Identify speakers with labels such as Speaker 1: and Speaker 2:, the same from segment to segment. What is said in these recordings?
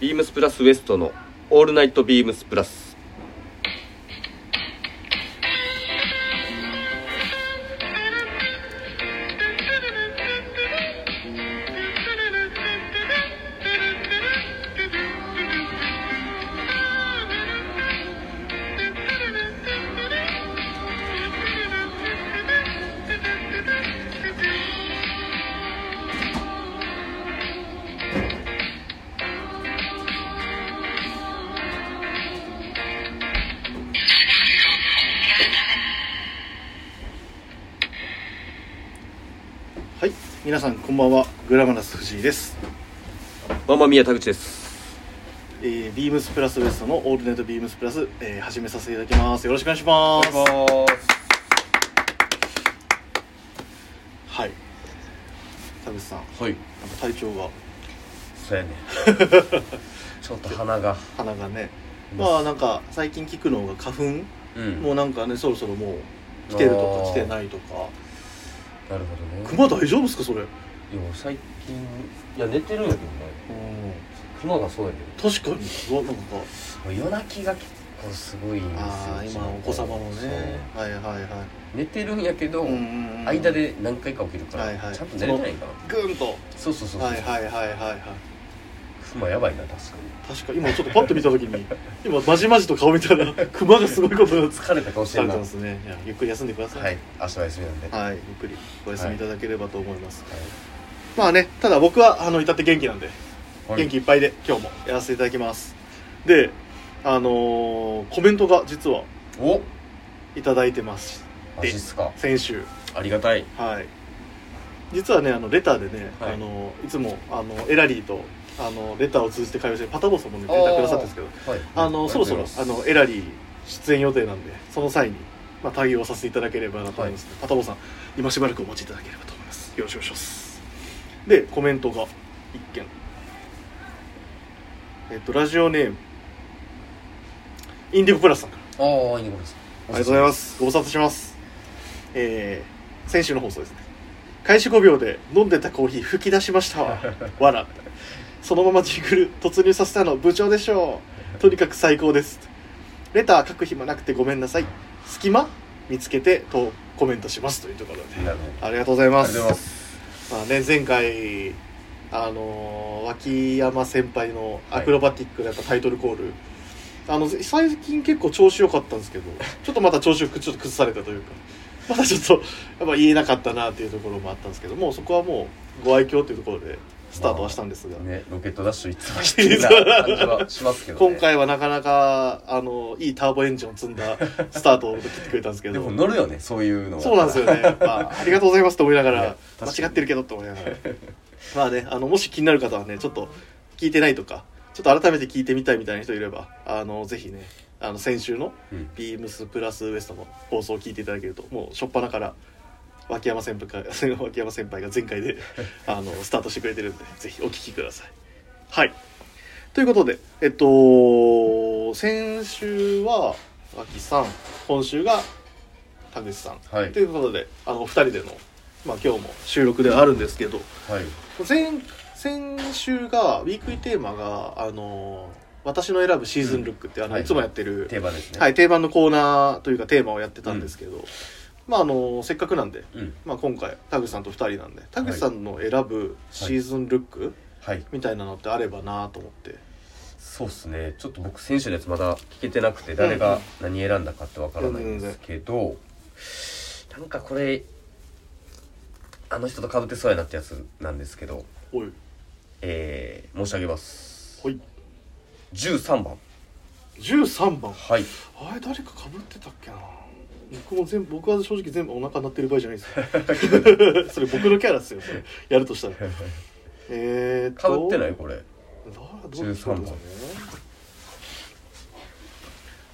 Speaker 1: ビームスプラスウエストのオールナイトビームスプラス
Speaker 2: はい皆さんこんばんはグラマラス藤井です、
Speaker 1: ママミヤ田口です
Speaker 2: えー、ビームスプラスウエストのオールネットビームスプラス、えー、始めさせていただきますよろしくお願いしますはい田口さんなん
Speaker 1: はい
Speaker 2: か体調が
Speaker 3: そうや ねちょっと鼻が
Speaker 2: 鼻がねまあなんか最近聞くのが花
Speaker 3: うん
Speaker 2: 粉
Speaker 3: な
Speaker 2: もうなんかねそろそろもう来てるとか
Speaker 3: あー
Speaker 2: 来てないとか
Speaker 3: るほどね
Speaker 2: 熊大丈夫ですかそれうん
Speaker 3: でも最近いや寝てるんやけどねクマがそうやけ
Speaker 2: 確かにうわなんか
Speaker 3: ど夜泣きが結構すごいんですよ
Speaker 2: ああ
Speaker 3: うち
Speaker 2: 今
Speaker 3: の
Speaker 2: お子様もねはいはいはい
Speaker 3: そう寝てるんやけど、
Speaker 2: うんうん
Speaker 3: 間で何回か起きるから、
Speaker 2: はいはい
Speaker 3: ちゃんと寝れてないから
Speaker 2: グーンと
Speaker 3: そうそうそうそう、
Speaker 2: はいはいはいはいはい
Speaker 3: クマやばいな確か
Speaker 2: 確か今ちょっとパッと見た時に今まじまじと顔見たらクマがすごいことになっ
Speaker 3: に
Speaker 2: て
Speaker 3: 疲れた顔して
Speaker 2: た
Speaker 3: る
Speaker 2: ん
Speaker 3: な
Speaker 2: ですねいやゆっくり休んでください
Speaker 3: はい明日は休みなんで、
Speaker 2: はいゆっくりお休みいただければと思います、
Speaker 3: は
Speaker 2: まあねただ僕はあの至って元気なんで
Speaker 3: い
Speaker 2: 元気いっぱいで今日もやらせていただきますであのーコメントが実は
Speaker 3: お
Speaker 2: いただいてます
Speaker 3: マジっすか
Speaker 2: 先週
Speaker 3: ありがたい
Speaker 2: はい実はねあのレターでね、
Speaker 3: はい
Speaker 2: あのいつもあのエラリーとあのレターを通じて会話してるパタボさんもねレターくださったんですけど
Speaker 3: はい
Speaker 2: あの、そろそろ
Speaker 3: ありが
Speaker 2: あ
Speaker 3: とうございます
Speaker 2: のエラリー出演予定なんでその際に、まあ、対応させていただければなと思います、パタボさん今しばらくお待ちいただければと思いますよろしくお願いしますでコメントが一件えっとラジオネームインディゴプラスさんから
Speaker 3: ああいいねごめんなさい
Speaker 2: ありがとうございます。ご無沙汰します。えー、先週の放送ですね。開始5秒で飲んでたコーヒー吹き出しまし たわ。わら。そのままジングル突入させたの部長でしょ う。とにかく最高です。レター書く暇なくてごめんなさい。隙間見つけてとコメントしますというところで。
Speaker 3: なるほど
Speaker 2: ありがとうござい
Speaker 3: あ
Speaker 2: ま
Speaker 3: りが
Speaker 2: す。
Speaker 3: とうございます
Speaker 2: まあね、前回、あのー脇山先輩のアクロバティックなやっぱタイトルコール、あの最近結構調子良かったんですけどちょっとまた調子をくちょっと崩されたというかまたちょっとやっぱ言えなかったなっていうところもあったんですけどもうそこはもうご愛嬌というところでスタートはしたんですが、
Speaker 3: ね、ロケットダッシュいつも来てるな感じはしますけど、ね、
Speaker 2: 今回はなかなかあのいいターボエンジンを積んだスタートを切ってくれたんですけ
Speaker 3: で
Speaker 2: ど
Speaker 3: も乗るよねそういうのは
Speaker 2: そうなんですよね。やっ ぱありがとうございますと思いなが
Speaker 3: い
Speaker 2: ら
Speaker 3: や確かに
Speaker 2: 間違ってるけどと思いながら。まあね、あのもし気になる方はね、ちょっと聞いてないとか、ちょっと改めて聞いてみたいみたいな人いれば、あのぜひね、あの先週の
Speaker 3: うん
Speaker 2: ビームスプラスウエストの放送を聞いていただけると、もう初っ端から脇山先輩が 脇山先輩が前回であのスタートしてくれてるんで、ぜひお聞きください。はい。ということで、えっと、先週は脇さん、今週が田口さん。
Speaker 3: はい
Speaker 2: ということであのお二人での、まあ、今日も収録ではあるんですけど
Speaker 3: はい
Speaker 2: 前先週がウィークイテーマが「あの私の選ぶシーズンルック」って、あの
Speaker 3: はい
Speaker 2: い、つもやってる、
Speaker 3: 定番ですね
Speaker 2: はい、定番のコーナーというかテーマをやってたんですけど、まああのせっかくなんで、
Speaker 3: うん
Speaker 2: まあ、今回田口さんと二人なんで田口さんの選ぶシーズンルック、
Speaker 3: はい
Speaker 2: みたいなのってあればなと思って
Speaker 3: そうっすねちょっと僕選手のやつまだ聞けてなくて誰が何選んだかってわからないんですけど、なんかこれあの人と被ってそうやなってやつなんですけど
Speaker 2: おい
Speaker 3: えー、申し上げます
Speaker 2: ほい
Speaker 3: 13番
Speaker 2: 13番
Speaker 3: はい
Speaker 2: あれ誰かかぶってたっけな僕も全部僕は正直全部お腹鳴ってる場合じゃないです よそれ僕のキャラですよそれやるとしたらえー
Speaker 3: 被
Speaker 2: と
Speaker 3: ってないこれ
Speaker 2: どどういうことだね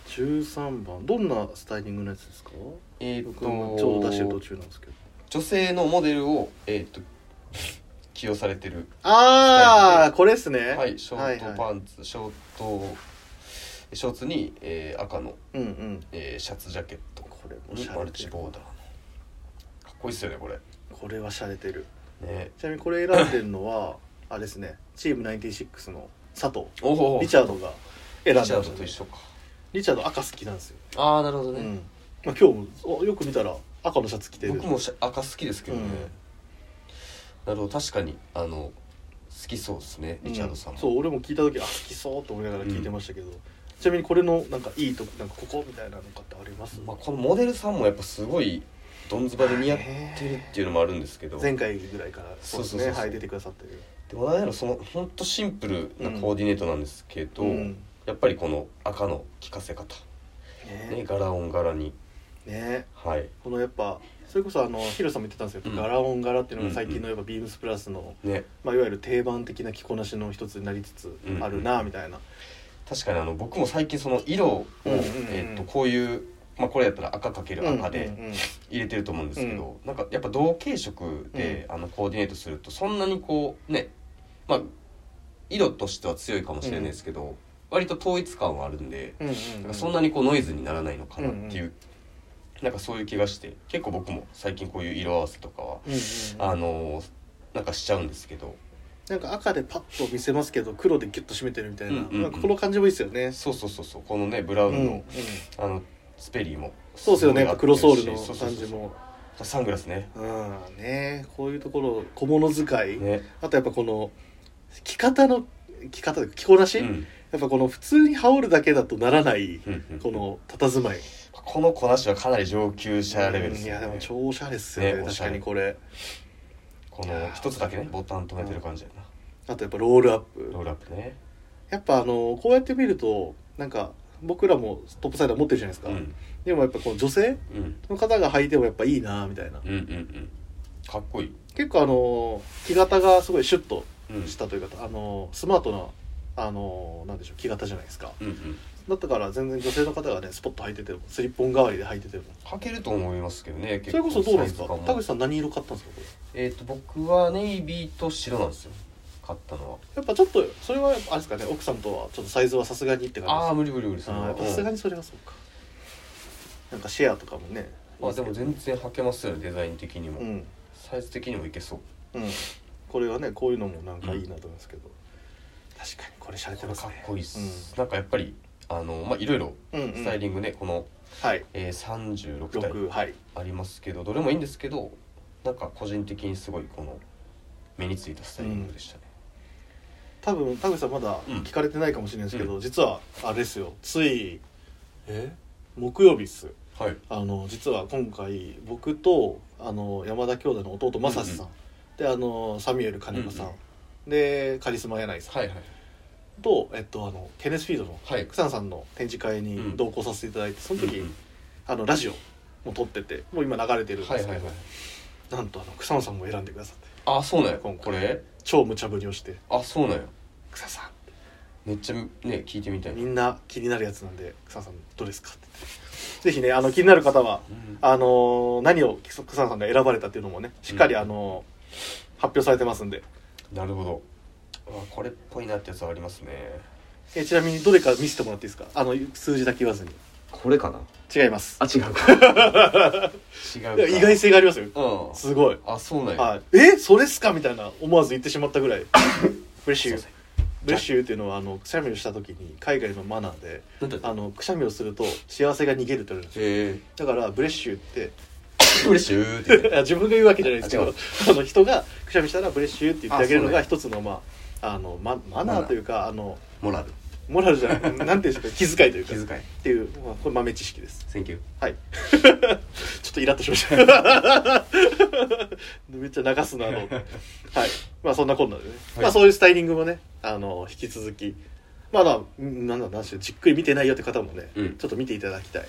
Speaker 2: 13番どんなスタイリングのやつですか
Speaker 3: えー、っ
Speaker 2: 僕もちょうど出してる途中なんですけど
Speaker 3: 女性のモデルを、えーっと起用されてる、
Speaker 2: ああこれですねは
Speaker 3: はい、ショート
Speaker 2: ン
Speaker 3: パンツ、ショートショーツに、えー赤の、
Speaker 2: うんうん
Speaker 3: えーシャツジャケット
Speaker 2: これも
Speaker 3: に
Speaker 2: しゃ
Speaker 3: マ
Speaker 2: れ
Speaker 3: ル
Speaker 2: て
Speaker 3: チ
Speaker 2: る
Speaker 3: ボーダーのかっこいいっすよねこれ
Speaker 2: これはしゃれてる
Speaker 3: ね
Speaker 2: ちなみにこれ選んでるのはあれですねチーム96の佐藤
Speaker 3: お
Speaker 2: リチャードが選んだ
Speaker 3: リチャードと
Speaker 2: リ
Speaker 3: 一緒か
Speaker 2: チャード赤好きなんですよ、
Speaker 3: ああなるほど
Speaker 2: う
Speaker 3: ね、
Speaker 2: んまあ、今日もおよく見たら赤のシャツ着てる
Speaker 3: 僕もし赤好きですけどね、
Speaker 2: うん
Speaker 3: なるほど確かにあの好きそうですね
Speaker 2: うん
Speaker 3: リチャードさんも、
Speaker 2: そう俺も聞いた時あ好きそうと思いながら聞いてましたけど、ちなみにこれのなんかいいとこなんかここみたいなのかってあります、
Speaker 3: まあ、このモデルさんもやっぱすごいどんずばで似合ってるっていうのもあるんですけど
Speaker 2: 前回ぐらいからそうです
Speaker 3: そうそ
Speaker 2: ね
Speaker 3: うそうそう
Speaker 2: はい出てくださってる
Speaker 3: でもなんやろそのほんとシンプルなコーディネートなんですけど、
Speaker 2: うん
Speaker 3: やっぱりこの赤の効かせ方、ね、
Speaker 2: ね
Speaker 3: 柄音柄に
Speaker 2: ね
Speaker 3: はい
Speaker 2: このやっぱそれこそあのヒロさんも言ってたんですけど、
Speaker 3: うん
Speaker 2: ガラオン柄っていうのが最近のやっぱビームスプラスの、
Speaker 3: ね
Speaker 2: まあ、いわゆる定番的な着こなしの一つになりつつあるなみたいな、
Speaker 3: 確かにあの僕も最近その色を、
Speaker 2: うんうんうん
Speaker 3: えっとこういう、まあ、これやったら赤かける赤で、
Speaker 2: うんうんうん
Speaker 3: 入れてると思うんですけど、なんかやっぱ同系色で、あのコーディネートするとそんなにこうねまあ色としては強いかもしれないですけど、割と統一感はあるんで、
Speaker 2: うんうん
Speaker 3: なん
Speaker 2: う
Speaker 3: か
Speaker 2: ん、
Speaker 3: そんなにこうノイズにならないのかなっていう、なんかそういう気がして結構僕も最近こういう色合わせとかは、
Speaker 2: うんうんうん
Speaker 3: あのーなんかしちゃうんですけど
Speaker 2: なんか赤でパッと見せますけど黒でギュッと締めてるみたいな,、
Speaker 3: うんうんうん
Speaker 2: なんかこの感じもいいですよね、
Speaker 3: そうそうそうそうこのねブラウ
Speaker 2: うん
Speaker 3: ン
Speaker 2: う
Speaker 3: の,、
Speaker 2: ん
Speaker 3: あのスペリーも
Speaker 2: そうですよねやっぱ黒ソール
Speaker 3: そう
Speaker 2: の
Speaker 3: そう
Speaker 2: 感
Speaker 3: そ
Speaker 2: じ
Speaker 3: うそう
Speaker 2: も
Speaker 3: サングラスね
Speaker 2: うんねこういうところ小物使い、
Speaker 3: ね、
Speaker 2: あとやっぱこの着方の着方というか着こなし、
Speaker 3: うん
Speaker 2: やっぱこの普通に羽織るだけだとならない
Speaker 3: うんうん
Speaker 2: この佇まい、
Speaker 3: このこなしはかなり上級者レベルです
Speaker 2: うんい
Speaker 3: ね
Speaker 2: やでも超おしゃれっすよね
Speaker 3: ねお
Speaker 2: 確
Speaker 3: しゃ
Speaker 2: か
Speaker 3: れ
Speaker 2: にこれ
Speaker 3: この一つだけねボタン止めてる感じやな
Speaker 2: あとやっぱロールアップ
Speaker 3: ロールアップね
Speaker 2: やっぱあのこうやって見るとなんか僕らもトップサイダー持ってるじゃないです
Speaker 3: う
Speaker 2: か、
Speaker 3: ん
Speaker 2: でもやっぱこの女性
Speaker 3: うん
Speaker 2: の方が履いてもやっぱいいなみたいな
Speaker 3: うんうんうんかっこいい
Speaker 2: 結構あの着型がすごいシュッと
Speaker 3: うん
Speaker 2: したというか、あのスマートなあのなんでしょう着型じゃないですか
Speaker 3: うんうん
Speaker 2: だったから全然女性の方がねスポッと履いててもスリッポン代わりで履いてても
Speaker 3: かけると思いますけどね
Speaker 2: それこそどうなんですか
Speaker 3: 結構サイズ感
Speaker 2: 田口
Speaker 3: も
Speaker 2: さん何色買ったんですかこれ
Speaker 3: えっと僕はネイビーと白なんですよ買ったのは
Speaker 2: やっぱちょっとそれはやっぱあれですかね奥さんとはちょっとサイズはさすがにって
Speaker 3: ああ
Speaker 2: 感
Speaker 3: 無理無理無理
Speaker 2: じです
Speaker 3: そ
Speaker 2: か
Speaker 3: れ
Speaker 2: あー
Speaker 3: は
Speaker 2: やっぱさすが
Speaker 3: うん
Speaker 2: にそれはそうか、なんかシェアとかもね
Speaker 3: まあでも
Speaker 2: いいす
Speaker 3: 全然履けますよねデザイン的に
Speaker 2: け
Speaker 3: も
Speaker 2: どうん
Speaker 3: サイズ的にもいけそう
Speaker 2: うんこれはねこういうのもなんかいいなと思いますけど、確かにこれ洒落
Speaker 3: こ
Speaker 2: てま
Speaker 3: れ
Speaker 2: す
Speaker 3: かっ
Speaker 2: ね
Speaker 3: こいいっすなんかやっぱりあのまあいろいろ
Speaker 2: うんうん
Speaker 3: スタイリングねこの
Speaker 2: はい
Speaker 3: えー36体
Speaker 2: 6はい
Speaker 3: ありますけどどれもいいんですけどなんか個人的にすごいこの目についたスタイリングでしたね、
Speaker 2: 多分田口さんまだ
Speaker 3: うん
Speaker 2: 聞かれてないかもしれないですけど、
Speaker 3: う
Speaker 2: 実はあれですよついえ木曜日っす
Speaker 3: はい
Speaker 2: あの実は今回僕とあの山田兄弟の弟正志さん、であのサミュエル金子さん、
Speaker 3: うん
Speaker 2: でカリスマ柳井さん
Speaker 3: はいはい
Speaker 2: と、えっと、あのケネスフィールドの
Speaker 3: はい
Speaker 2: 草野さんの展示会
Speaker 3: う
Speaker 2: に
Speaker 3: ん
Speaker 2: 同行させていただいてその時、
Speaker 3: うん
Speaker 2: あのラジオも撮っててもう今流れてるんです
Speaker 3: は
Speaker 2: け
Speaker 3: い
Speaker 2: ど、
Speaker 3: はいはい
Speaker 2: なんとあの草野さんも選んでくださって
Speaker 3: あそうなんや
Speaker 2: 今回
Speaker 3: これ
Speaker 2: 超無茶ぶりをして
Speaker 3: あそうなんや
Speaker 2: 「草野さん
Speaker 3: めっちゃね聞いてみたい
Speaker 2: みんな気になるやつなんで草野さんどうですか?」って言ってぜひねあの気になる方は
Speaker 3: うん
Speaker 2: あのー何を草野さんが選ばれたっていうのもねしっかり、
Speaker 3: うん
Speaker 2: あのー発表されてますんで、
Speaker 3: なるほどあこれっぽいなってやつはありますね
Speaker 2: えちなみにどれか見せてもらっていいですかあの数字だけ言わずに
Speaker 1: これかな
Speaker 2: 違います
Speaker 1: あ違うか
Speaker 3: 違うか
Speaker 2: いや意外性がありますよ
Speaker 3: うん
Speaker 2: すごい、
Speaker 3: あそうなんや、
Speaker 2: はい、えそれっすかみたいな思わず言ってしまったぐらいブレッシュ
Speaker 3: すいま
Speaker 2: ブレッシュっていうのはあのくしゃみをした時に海外のマナーで
Speaker 3: なんだ
Speaker 2: あのくしゃみをすると幸せが逃げるって言われるんですよ
Speaker 3: へ
Speaker 2: だからブレッシュって
Speaker 3: え嬉しいって言って
Speaker 2: あ自分が言うわけじゃないですけ
Speaker 3: あ違
Speaker 2: ど
Speaker 3: う
Speaker 2: あの人がくしゃみしたらブレッシュって言ってあげるのが
Speaker 3: あ
Speaker 2: 一つのまああのママナーというかあの
Speaker 3: モラル
Speaker 2: モラルじゃないなんていうんでしょうか気遣いという
Speaker 3: 気
Speaker 2: かっ
Speaker 3: 遣い
Speaker 2: ていう、まあ、これ豆知識です
Speaker 3: センキュー
Speaker 2: はい ちょっとイラッとしました めっちゃ流すなあのはいまあそんなこんなでね、
Speaker 3: はい
Speaker 2: まあそういうスタイリングもねあの引き続きまあまあんなんだなんしろじっくり見てないよって方もね、
Speaker 3: うん
Speaker 2: ちょっと見ていただきたい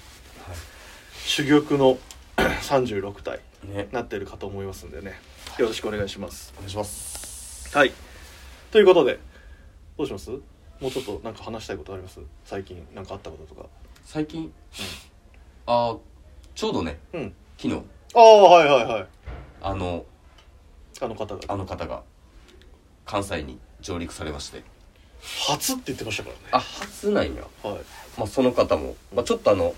Speaker 2: 珠玉の 36体
Speaker 3: ね
Speaker 2: なってるかと思いますんでねよろしくお願いします
Speaker 3: お願いします
Speaker 2: はいということでどうしますもうちょっとなんか話したいことあります最近なんかあったこととか
Speaker 3: 最近、あちょうどね
Speaker 2: うん
Speaker 3: 昨日
Speaker 2: ああはいはいはい
Speaker 3: あの
Speaker 2: あの方
Speaker 3: あ
Speaker 2: が
Speaker 3: の方が関西に上陸されまして
Speaker 2: 初って言ってましたから
Speaker 3: あ初なんや、
Speaker 2: ねはい
Speaker 3: まあ、その方も、まあ、ちょっとあの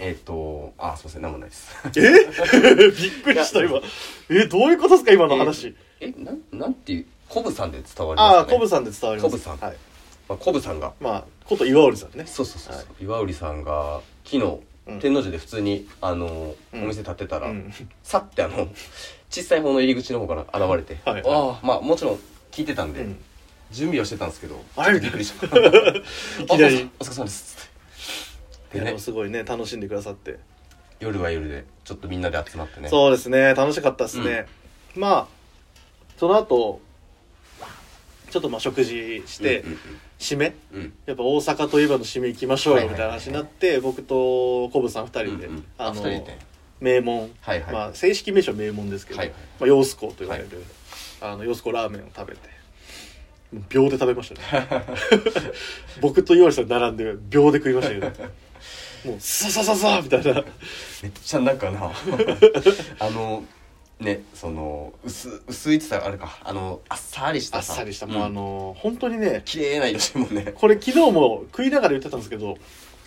Speaker 3: えっ、とあすいません何もないです
Speaker 2: えびっくりした今えどういうことですか今の話
Speaker 3: えなんなんていうコブさんで伝わり
Speaker 2: あ
Speaker 3: ま
Speaker 2: あコ
Speaker 3: すか
Speaker 2: ブ
Speaker 3: ね
Speaker 2: さんで伝わります
Speaker 3: コブさん
Speaker 2: はい
Speaker 3: まあコブさんが
Speaker 2: まあこと岩織さんね
Speaker 3: そうそうそうそう、
Speaker 2: はい
Speaker 3: 岩織さんが昨日
Speaker 2: うん
Speaker 3: 天王寺で普通にあの、
Speaker 2: うん
Speaker 3: お店建てたら、
Speaker 2: うん
Speaker 3: さってあの小さい方の入り口の方から現れて、
Speaker 2: はい
Speaker 3: ああまあもちろん聞いてたんで、
Speaker 2: うん
Speaker 3: 準備をしてたんですけど
Speaker 2: あれ
Speaker 3: ちょっとびっくりした あ
Speaker 2: いきなり
Speaker 3: お疲れ様ですっつっ
Speaker 2: い
Speaker 3: てで
Speaker 2: やで
Speaker 3: ね
Speaker 2: もすごいね楽しんでくださって
Speaker 3: 夜は夜でちょっとみんなで集まってね
Speaker 2: そうですね楽しかったですね、まあその後ちょっとまあ食事して、
Speaker 3: うん
Speaker 2: 締め
Speaker 3: うんうん
Speaker 2: やっぱ大阪といえばの締め行きましょう
Speaker 3: はい
Speaker 2: よ
Speaker 3: はい
Speaker 2: みたいな話になって僕とコブさん2
Speaker 3: うん
Speaker 2: 人で、
Speaker 3: うんうん
Speaker 2: あ
Speaker 3: あ二人
Speaker 2: の
Speaker 3: でね
Speaker 2: 名門、
Speaker 3: はいはい
Speaker 2: まあ、正式名称は名門ですけど、
Speaker 3: はいはい
Speaker 2: まあ、洋子と言われる、あの洋子ラーメンを食べてもう秒で食べましたね 僕と岩井さん並んで秒で食いましたけど もうささささみたいな
Speaker 3: めっちゃなんかな あのねその薄薄いって言ったらあれかあのあっさりした
Speaker 2: あっさりした、
Speaker 3: うん
Speaker 2: もうあの本当にね
Speaker 3: 綺麗な色してるもんね
Speaker 2: これ昨日も食いながら言ってたんですけど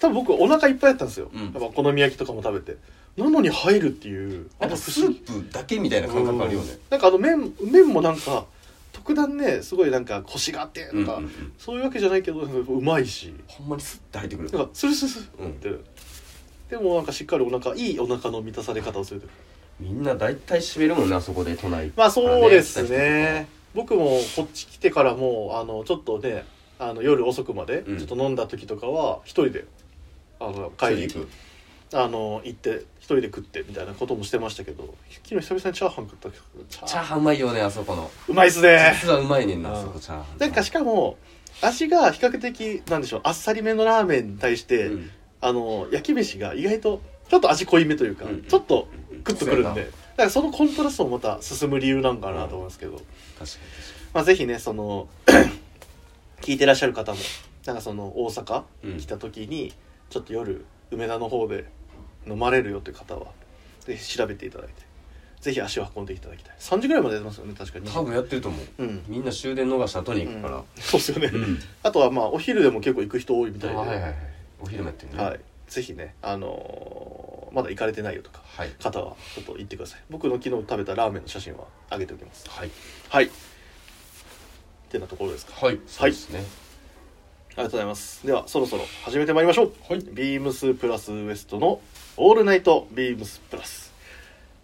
Speaker 2: 多分僕お腹いっぱいだったんですよ、
Speaker 3: うん
Speaker 2: やっぱお好み焼きとかも食べてなのに入るっていう
Speaker 3: なん
Speaker 2: の
Speaker 3: かスープだけみたいな感覚あるよね
Speaker 2: うんなんかあの麺麺もなんか特段ねすごいなんかコシがあってと
Speaker 3: うんうん
Speaker 2: か、
Speaker 3: うん
Speaker 2: そういうわけじゃないけどなんかうまいし
Speaker 3: ほんまにスッて入ってくる
Speaker 2: なんかスルスルス
Speaker 3: う
Speaker 2: ルっ
Speaker 3: ん
Speaker 2: て、でもなんかしっかりお腹いいお腹の満たされ方をするという
Speaker 3: みんな大体閉めるもんねあそこで都内
Speaker 2: まあそうです
Speaker 3: から
Speaker 2: ね僕もこっち来てからもうあのちょっとねあの夜遅くまでち
Speaker 3: うん
Speaker 2: ょっと飲んだ時とかは一人であの
Speaker 3: 一
Speaker 2: 帰
Speaker 3: 人で
Speaker 2: り
Speaker 3: 行く
Speaker 2: あの行って一人で食ってみたいなこともしてましたけど昨日久々にチャーハン食ったけどチャ
Speaker 3: チャーハンうまいよねあそこの
Speaker 2: うまいっすね
Speaker 3: 実はうまいねんな
Speaker 2: うん
Speaker 3: あそこチャーハン
Speaker 2: なんかしかも味が比較的なんでしょうあっさりめのラーメンに対して、
Speaker 3: うん
Speaker 2: あの焼き飯が意外とちょっと味濃いめというか、
Speaker 3: うん
Speaker 2: ちょっと
Speaker 3: うん
Speaker 2: グッとくるん
Speaker 3: そう
Speaker 2: で
Speaker 3: や
Speaker 2: だからそのコントラストもまた進む理由なんかなと思うんですけど、
Speaker 3: な確かに確か
Speaker 2: まあぜひねその 聞いてらっしゃる方もなんかその大阪
Speaker 3: にうん
Speaker 2: 来た時にちょっと夜梅田の方で飲まれるよという方はぜひ調べていただいてぜひ足を運んでいただきたい3時ぐらいまでやってますよね確かに
Speaker 3: 多分やってると思う
Speaker 2: うん、
Speaker 3: みんな終電逃した後に行くから
Speaker 2: うんそうですよね、
Speaker 3: うん
Speaker 2: あとはまあお昼でも結構行く人多いみ
Speaker 3: あ
Speaker 2: たい
Speaker 3: ー
Speaker 2: で、
Speaker 3: はいはいはいお昼もやってるね
Speaker 2: はいぜひね、あのーまだ行かれてないよとか
Speaker 3: はい
Speaker 2: 方はちょっと行ってください僕の昨日食べたラーメンの写真は上げておきます
Speaker 3: はい
Speaker 2: はいってなところですか
Speaker 3: はいそうですね
Speaker 2: ありがとうございますではそろそろ始めてまいりましょう、
Speaker 3: はい
Speaker 2: ビームスプラスウエストの「オールナイトビームスプラス」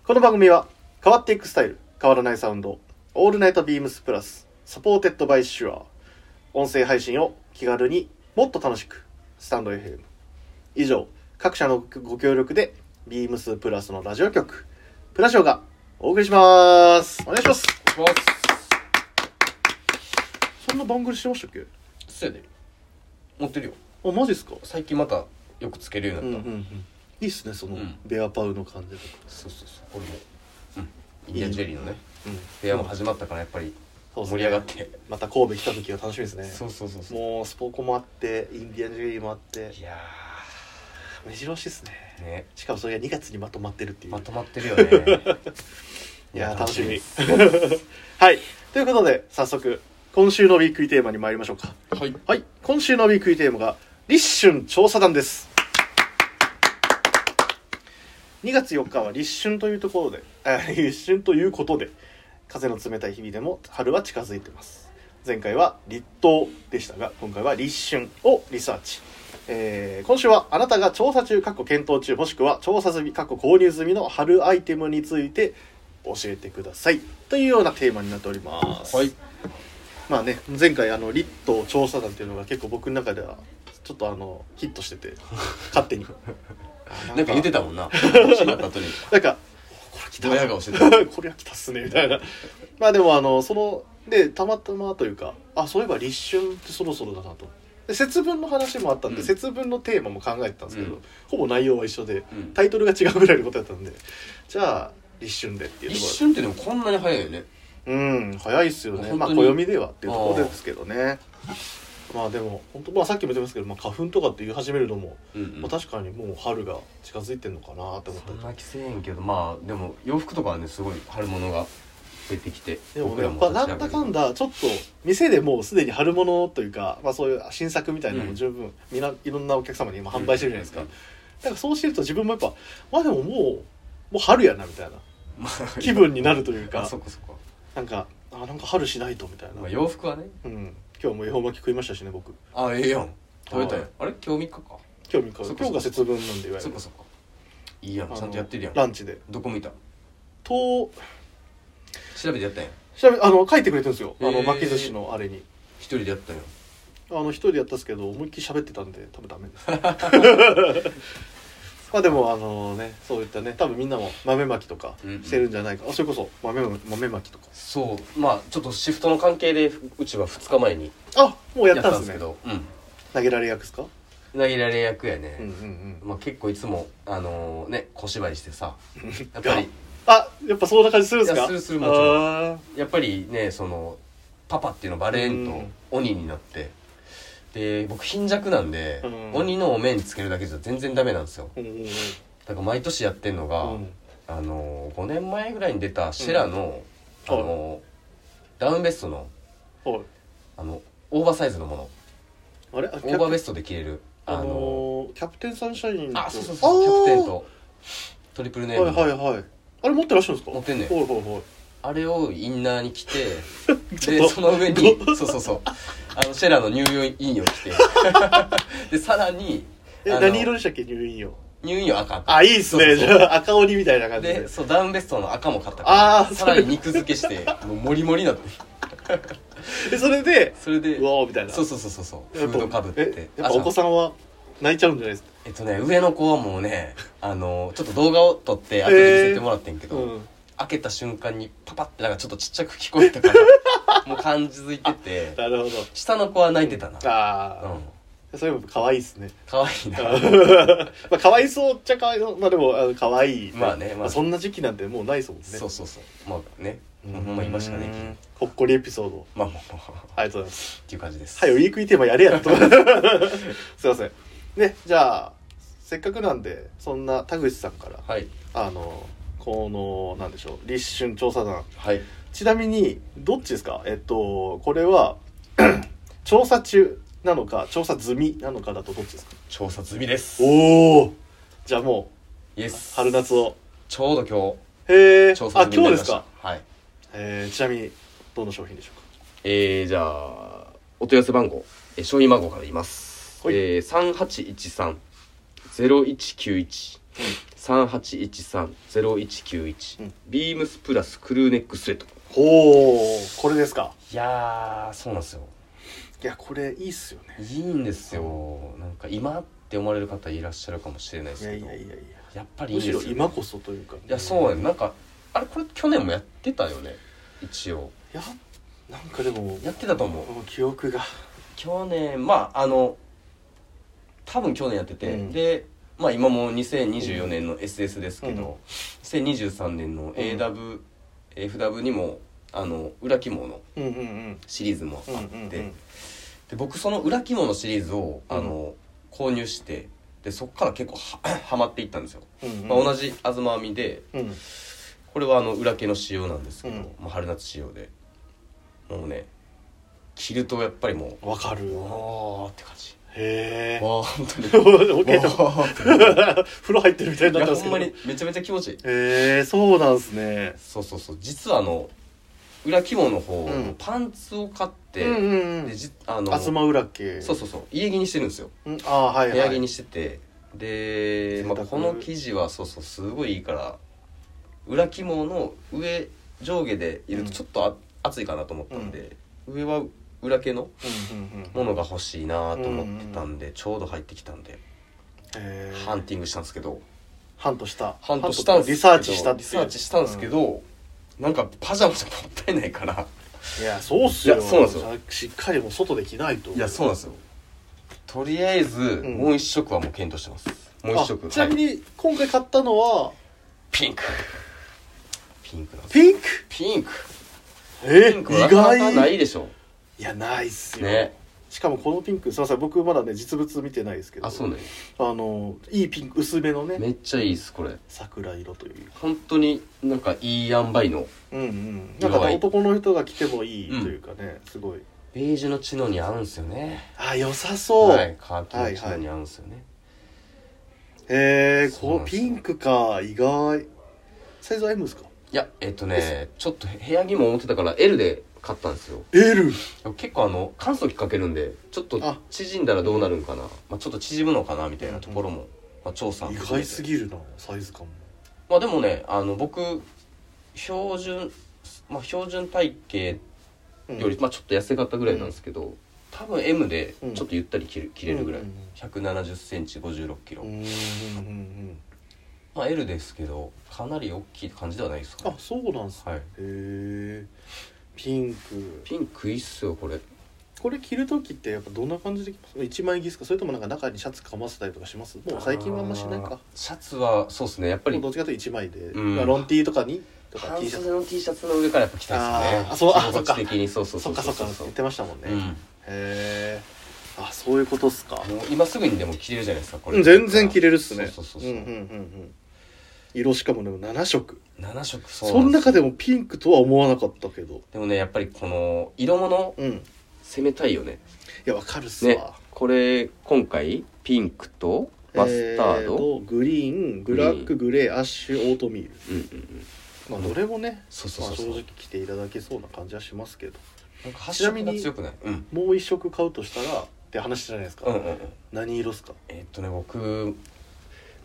Speaker 2: この番組は変わっていくスタイル変わらないサウンド「オールナイトビームスプラス」サポーテッドバイシュア音声配信を気軽にもっと楽しくスタンド FM 以上各社のご協力でビームスプラスのラジオ局プラショーがお送りしますお願いします
Speaker 3: お願いし
Speaker 2: そんな番組してましたっけ
Speaker 3: ますそうやで持ってるよ
Speaker 2: あマジっすか
Speaker 3: 最近またよくつけるよう
Speaker 2: うん
Speaker 3: に
Speaker 2: うん
Speaker 3: な
Speaker 2: う
Speaker 3: った
Speaker 2: んいいっすねその、
Speaker 3: うん
Speaker 2: ベアパウの感じとか、
Speaker 3: そうそうそうこれもうんインディアンジェリーのね
Speaker 2: うん、
Speaker 3: 部屋も始まったからやっぱり
Speaker 2: そうっす
Speaker 3: 盛
Speaker 2: ね
Speaker 3: り上がって
Speaker 2: また神戸来た時が楽しみですね
Speaker 3: そうそうそうそう
Speaker 2: もうスポーコもあってインディアンジェリーもあって
Speaker 3: いや
Speaker 2: 目白押しですね
Speaker 3: ーね
Speaker 2: しかもそれが2月にまとまってるっていう、
Speaker 3: まとまってるよね
Speaker 2: いやー楽しみ
Speaker 3: です
Speaker 2: はいということで早速今週のウィークイテーマに参りましょうか
Speaker 3: はい
Speaker 2: はい今週のウィークイテーマが立春調査団です2月4日は立春というところであ立春ということで風の冷たい日々でも春は近づいてます前回は立冬でしたが今回は立春をリサーチ、えー今週はあなたが調査中かっこ検討中もしくは調査済みかっこ購入済みの春アイテムについて教えてくださいというようなテーマになっております、
Speaker 3: はい
Speaker 2: まあね前回あのリット調査団っていうのが結構僕の中ではちょっとあのヒットし てて勝手に
Speaker 3: なんか言ってたもん な決まった後に
Speaker 2: なんか
Speaker 3: ドヤ顔してた
Speaker 2: これは来たっ すねみた いなまあでもあのそのでたまたまというかあそういえば立春ってそろそろだなとで節分の話もあったんで、
Speaker 3: うん
Speaker 2: 節分のテーマも考えてたんですけど、
Speaker 3: うん
Speaker 2: ほぼ内容は一緒で
Speaker 3: うん
Speaker 2: タイトルが違うぐらいのことだったんでじゃあ立春でっていうと
Speaker 3: 一
Speaker 2: ころ
Speaker 3: 瞬ってでもこんなに早いよね
Speaker 2: うん早いっすよね
Speaker 3: 本
Speaker 2: まあ
Speaker 3: 当に
Speaker 2: 暦ではっていうところですけどねまあでも本当まあさっきも言ってますけど、まあ、花粉とかって言い始めるのも、
Speaker 3: うんうん
Speaker 2: まあ、確かにもう春が近づいてんのかなって思っ
Speaker 3: そん
Speaker 2: た
Speaker 3: な
Speaker 2: り
Speaker 3: 着せえんけどまあでも洋服とかはねすごい春物が出てきて
Speaker 2: でも
Speaker 3: 僕
Speaker 2: ね
Speaker 3: ら
Speaker 2: やっぱな
Speaker 3: 立
Speaker 2: ん
Speaker 3: ち上が
Speaker 2: だ
Speaker 3: り
Speaker 2: かんだちょっと店でもうすでに春物というか、まあ、そういう新作みたいなの
Speaker 3: う
Speaker 2: も
Speaker 3: ん
Speaker 2: 十分、みんないろんなお客様に今販売してるじゃないですか、
Speaker 3: うん
Speaker 2: だからそうしてると自分もやっぱまあでももうもう春やなみたいな
Speaker 3: まあ
Speaker 2: 気分になるという
Speaker 3: あ
Speaker 2: か
Speaker 3: そっかそっか
Speaker 2: なんかあなんか春しないとみたいな、
Speaker 3: まあ、洋服はね
Speaker 2: うん、今日も恵方巻き食いましたしね僕
Speaker 3: あええやん食べたや
Speaker 2: は
Speaker 3: んあれ今日3日か
Speaker 2: 今日
Speaker 3: そっ
Speaker 2: 3日
Speaker 3: か
Speaker 2: 今日が節分なんでいわ
Speaker 3: そ
Speaker 2: ゆ
Speaker 3: っか
Speaker 2: る
Speaker 3: そっかいいやんちゃんとやってるやん
Speaker 2: あのランチで
Speaker 3: どこ見た
Speaker 2: と
Speaker 3: 調べてやったやん
Speaker 2: 調べあの書いてくれてるんですよあ
Speaker 3: へ
Speaker 2: の
Speaker 3: ー
Speaker 2: 巻き寿司のあれに
Speaker 3: 一人でやったやん
Speaker 2: あの一人でやったんですけど思いっきり喋ってたんで多分ダ メですまあでもあのねそういったね多分みんなも豆巻きとか
Speaker 3: うんうん
Speaker 2: してるんじゃないか、あそれこそ豆豆巻きとか
Speaker 3: そうまあちょっとシフトの関係でうちは2日前に
Speaker 2: あもうや
Speaker 3: やっ
Speaker 2: っ
Speaker 3: たた
Speaker 2: ん
Speaker 3: ん
Speaker 2: で
Speaker 3: ですすけ
Speaker 2: ね
Speaker 3: どうん
Speaker 2: 投げられ役ですか
Speaker 3: 投げられ役やね、
Speaker 2: うんうんうん
Speaker 3: まあ、結構いつもあのね小芝居してさ やっぱり
Speaker 2: あやっぱそんな感じするんで
Speaker 3: い
Speaker 2: すか
Speaker 3: やするするもちろ
Speaker 2: ん
Speaker 3: やっぱりねそのパパっていうのバレーンと鬼になってで僕貧弱なんで、
Speaker 2: うん
Speaker 3: 鬼のお面つけるだけじゃ全然ダメなんですよ
Speaker 2: うんうんうん
Speaker 3: だから毎年やってんのが、
Speaker 2: うん
Speaker 3: あの5年前ぐらいに出たシェラの、
Speaker 2: うん
Speaker 3: あのダウンベストの
Speaker 2: はい
Speaker 3: あのオーバーサイズのもの
Speaker 2: あれあ
Speaker 3: オーバーベストで着れるあ
Speaker 2: あの
Speaker 3: の
Speaker 2: ーキャプテンサンシャインと
Speaker 3: あそうそうそうキャプテンとトリプル
Speaker 2: あ
Speaker 3: ネー
Speaker 2: ー
Speaker 3: ム
Speaker 2: は
Speaker 3: の、
Speaker 2: いはいはいあれ持ってらっしゃるんですか
Speaker 3: 持ってんねん
Speaker 2: はいはいはい
Speaker 3: あれをインナーに着て
Speaker 2: ちょっ
Speaker 3: で
Speaker 2: と
Speaker 3: その上に そうそうそうあのシェラの入院院を着て でさらに
Speaker 2: え
Speaker 3: あの
Speaker 2: 何色でしたっけ入院用
Speaker 3: 入院用赤
Speaker 2: あいいっすね
Speaker 3: そう
Speaker 2: じ
Speaker 3: そうそう
Speaker 2: ゃあ赤鬼みたいな感じで
Speaker 3: でそうダウンベストの赤も買ったか
Speaker 2: あ
Speaker 3: ら
Speaker 2: ー
Speaker 3: さらに肉付けしてもうモリモリになって
Speaker 2: でそれで
Speaker 3: それで
Speaker 2: うおーみたいな
Speaker 3: そうそうそうそうそうフ
Speaker 2: やっ
Speaker 3: ー
Speaker 2: ぱ
Speaker 3: ドかぶって
Speaker 2: えやっぱお子さんは泣いちゃうんじゃないですか
Speaker 3: えっとね上の子はもうね あのちょっと動画を撮って後で見せてもらってんけど、
Speaker 2: うん
Speaker 3: 開けた瞬間にパパってなんかちょっとちっちゃく聞こえたから もう感じづいてて
Speaker 2: なるほど
Speaker 3: 下の子は泣いてたなうん
Speaker 2: ああそれも可愛いっすね
Speaker 3: 可愛いな
Speaker 2: まあ可哀想っちゃ可哀想まあでもあの可愛い
Speaker 3: まあねまあ
Speaker 2: そんな時期なんてもうないですもんね
Speaker 3: そうそうそうまあねもうほんま今しかねえき
Speaker 2: うんほっこりエピソード
Speaker 3: まあまあまあまあ
Speaker 2: ありがとうございます
Speaker 3: っていう感じです
Speaker 2: はい、ウィークイーテーマやれやと。 すいません。ね、じゃあ、せっかくなんで、そんな田口さんから、
Speaker 3: はい
Speaker 2: あの、この、なんでしょう、立春調査団。
Speaker 3: はい
Speaker 2: ちなみに、どっちですかえっと、これは、 調査中なのか、調査済みなのかだとどっちですか
Speaker 3: 調査済みです
Speaker 2: おおじゃあも
Speaker 3: イエ
Speaker 2: う、
Speaker 3: ス
Speaker 2: 春夏を。
Speaker 3: ちょうど
Speaker 2: へ
Speaker 3: 今
Speaker 2: え、
Speaker 3: 日調査
Speaker 2: あ、
Speaker 3: 済みになり
Speaker 2: 今日で
Speaker 3: ますした
Speaker 2: か
Speaker 3: はい
Speaker 2: えー、ちなみに、どの商品でしょうか
Speaker 1: えー、じゃあお問い合わせ番号えー商品番号から言います、
Speaker 2: はい
Speaker 1: えー、3813-0191 3813-0191、
Speaker 2: うん
Speaker 1: ビームスプラスクルーネックスウェット
Speaker 2: ほう、これですか。
Speaker 3: いやーそうなんですよ
Speaker 2: いや、これいいっすよね。
Speaker 3: いいんですよなんか今って思われる方いらっしゃるかもしれないで
Speaker 2: い
Speaker 3: す
Speaker 2: や
Speaker 3: け
Speaker 2: い
Speaker 3: ど
Speaker 2: やいやいや。
Speaker 3: やっぱりいい
Speaker 2: む
Speaker 3: んで
Speaker 2: し
Speaker 3: す
Speaker 2: ろ
Speaker 3: よ、
Speaker 2: 今こそというか、
Speaker 3: いやそうやんなんかあれこれ去年もやってたよね一応
Speaker 2: いやなんかでも
Speaker 3: やってたと思う
Speaker 2: もう記憶が
Speaker 3: 去年まああの多分去年やってて、
Speaker 2: うん
Speaker 3: でまあ今も2024年の SS ですけど、
Speaker 2: うん
Speaker 3: 2023年の AWFW、FW にもあの裏起毛の
Speaker 2: うんうんうん
Speaker 3: シリーズもあ
Speaker 2: うんう
Speaker 3: っ
Speaker 2: ん
Speaker 3: て、
Speaker 2: うん
Speaker 3: で僕その裏起毛のシリーズをあの、購入してでそっから結構は はまっていったんですよ、
Speaker 2: うん
Speaker 3: まあ、同じ東編みで
Speaker 2: うん
Speaker 3: これはあの裏系の仕様なんですけど、
Speaker 2: うん
Speaker 3: まあ、春夏仕様でもうね着るとやっぱりも
Speaker 2: わかる
Speaker 3: うわーって感じ
Speaker 2: へえ
Speaker 3: わあ本当 に
Speaker 2: おけた
Speaker 3: わーって感
Speaker 2: 風呂入ってるみたいに
Speaker 3: じいや
Speaker 2: なったんで
Speaker 3: ほ
Speaker 2: すけ
Speaker 3: ん
Speaker 2: ど
Speaker 3: ま
Speaker 2: へ
Speaker 3: にめちゃめちゃ気持ちいい
Speaker 2: えそうなんすね
Speaker 3: そうそうそう実はあの裏起毛の方、
Speaker 2: うん
Speaker 3: パンツを買って、
Speaker 2: うんうんう
Speaker 3: で
Speaker 2: ん
Speaker 3: じあの
Speaker 2: 東浦家
Speaker 3: そうそうそう家着にしてるんですよ
Speaker 2: うんああはい
Speaker 3: 部
Speaker 2: は
Speaker 3: 屋着
Speaker 2: い
Speaker 3: にしててで、
Speaker 2: 贅
Speaker 3: ま
Speaker 2: 沢
Speaker 3: あ、この生地はそうそうすごいいいから裏起毛の上上下でいるとちょっとあ、暑いかなと思ったんで、上は裏毛の
Speaker 2: うんうんうん
Speaker 3: ものが欲しいなと思ってたんで、ちょうど入ってきたんで、
Speaker 2: へー
Speaker 3: ハンティングしたんですけど
Speaker 2: ハントした
Speaker 3: ハントしたん
Speaker 2: ハ
Speaker 3: ですけど
Speaker 2: ントリサーチしたって
Speaker 3: リ
Speaker 2: いう
Speaker 3: サーチしたんですけど、なんかパジャマじゃもったいないから
Speaker 2: うんいやそうっすよ
Speaker 1: いやそうなんですよ
Speaker 2: しっかりもう外で着ないと
Speaker 3: いやそうなんですよとりあえず、
Speaker 2: ん
Speaker 3: もう一色はもう検討してますもう一色
Speaker 2: あちなみ
Speaker 3: はい
Speaker 2: に今回買ったのは
Speaker 3: ピンクピンクなんです
Speaker 2: ピンク
Speaker 3: ピンク
Speaker 2: え
Speaker 3: ピン
Speaker 2: 意
Speaker 3: クはなかなか
Speaker 2: 外
Speaker 3: ないでしょ
Speaker 2: いやないっすよ、
Speaker 3: ね
Speaker 2: しかもこのピンクすいません僕まだね実物見てないですけど
Speaker 3: あそうね
Speaker 2: あのいいピンク薄めのね
Speaker 3: めっちゃいいっすこれ
Speaker 2: 桜色という
Speaker 3: 本当になんかいい塩梅の
Speaker 2: うんうんな
Speaker 3: 色
Speaker 2: ん
Speaker 3: 合い
Speaker 2: か男の人が着てもいいというかね、すごい
Speaker 3: ベージュのチノに合うんすよね
Speaker 2: あ良さそう、
Speaker 3: はいカーキのチノに合うんすよね、
Speaker 2: へえ
Speaker 3: そう
Speaker 2: こ
Speaker 3: なん
Speaker 2: う
Speaker 3: です
Speaker 2: ピ
Speaker 3: よ
Speaker 2: ンクか意外サイズ M ですか
Speaker 3: いやえっとねちょっと部屋着も思ってたから L で買ったんですよ
Speaker 2: L
Speaker 3: 結構あの乾燥機かけるんでちょっと
Speaker 2: あ
Speaker 3: 縮んだらどうなるんかなまあ、ちょっと縮むのかなみたいなところも、まあ、調査
Speaker 2: 意
Speaker 3: 含めて
Speaker 2: 外すぎるなサイズ感も
Speaker 3: まあでもねあの僕標準まあ標準体型
Speaker 2: うん
Speaker 3: より、まあ、ちょっと痩せ方ぐらいなんですけど、多分 M で
Speaker 2: うん
Speaker 3: ちょっとゆったり着る着れるぐらい、
Speaker 2: うんうんうん
Speaker 3: 1 7 0ンチ5 6キロ、
Speaker 2: うんうんうんうん
Speaker 3: まあ L ですけどかなり大きい感じではないですか、
Speaker 2: あ
Speaker 3: ね、
Speaker 2: そうなんすか
Speaker 3: はい
Speaker 2: へえピンク
Speaker 3: ピンクいいっすよこれ
Speaker 2: これ着る時ってやっぱどんな感じで着ます一枚着ですかそれともなんか中にシャツかませたりとかしますもう最近はあんましない
Speaker 3: あー
Speaker 2: か
Speaker 3: シャツはそうですねやっぱ
Speaker 2: もう
Speaker 3: り
Speaker 2: どっちかというと一枚で、
Speaker 3: ん
Speaker 2: まあ、ロンティーとかにとか
Speaker 3: 半
Speaker 2: T シャ
Speaker 3: 袖
Speaker 2: ツ
Speaker 3: の T シャツの上からやっぱ着たいですね
Speaker 2: あーそうあそっか
Speaker 3: 気持ち的にそうそう
Speaker 2: そ
Speaker 3: そ
Speaker 2: っ
Speaker 3: う
Speaker 2: かそっか言ってましたもんね、
Speaker 3: う
Speaker 2: へ
Speaker 3: ん
Speaker 2: えあそういうことっすか
Speaker 3: もう今すぐにでも着れるじゃないですかこ
Speaker 2: う
Speaker 3: れ
Speaker 2: ん全然着れるっすね
Speaker 3: そうそううんそううん
Speaker 2: うんうん色しかもでも7色
Speaker 3: 7色そ
Speaker 2: そう
Speaker 3: なん
Speaker 2: の
Speaker 3: です
Speaker 2: 中でもピンクとは思わなかったけど
Speaker 3: でもねやっぱりこの色物
Speaker 2: うんい
Speaker 3: 攻めたいよね
Speaker 2: やわかるっすわ、
Speaker 3: ねこれ今回ピンクとマスタード、
Speaker 2: えとグリーンブラックグレーアッシュオートミール
Speaker 3: うんうんうん
Speaker 2: まあどれもね、
Speaker 3: そうそう
Speaker 2: ま
Speaker 3: そ
Speaker 2: あ、
Speaker 3: うそ
Speaker 2: 正
Speaker 3: う、
Speaker 2: 直着ていただけそうな感じはしますけど
Speaker 3: なんか発色が強くないうん
Speaker 2: もう一色買うとしたらって話じゃないですか、
Speaker 3: うんうんうん
Speaker 2: 何色っすか
Speaker 3: えーっとね僕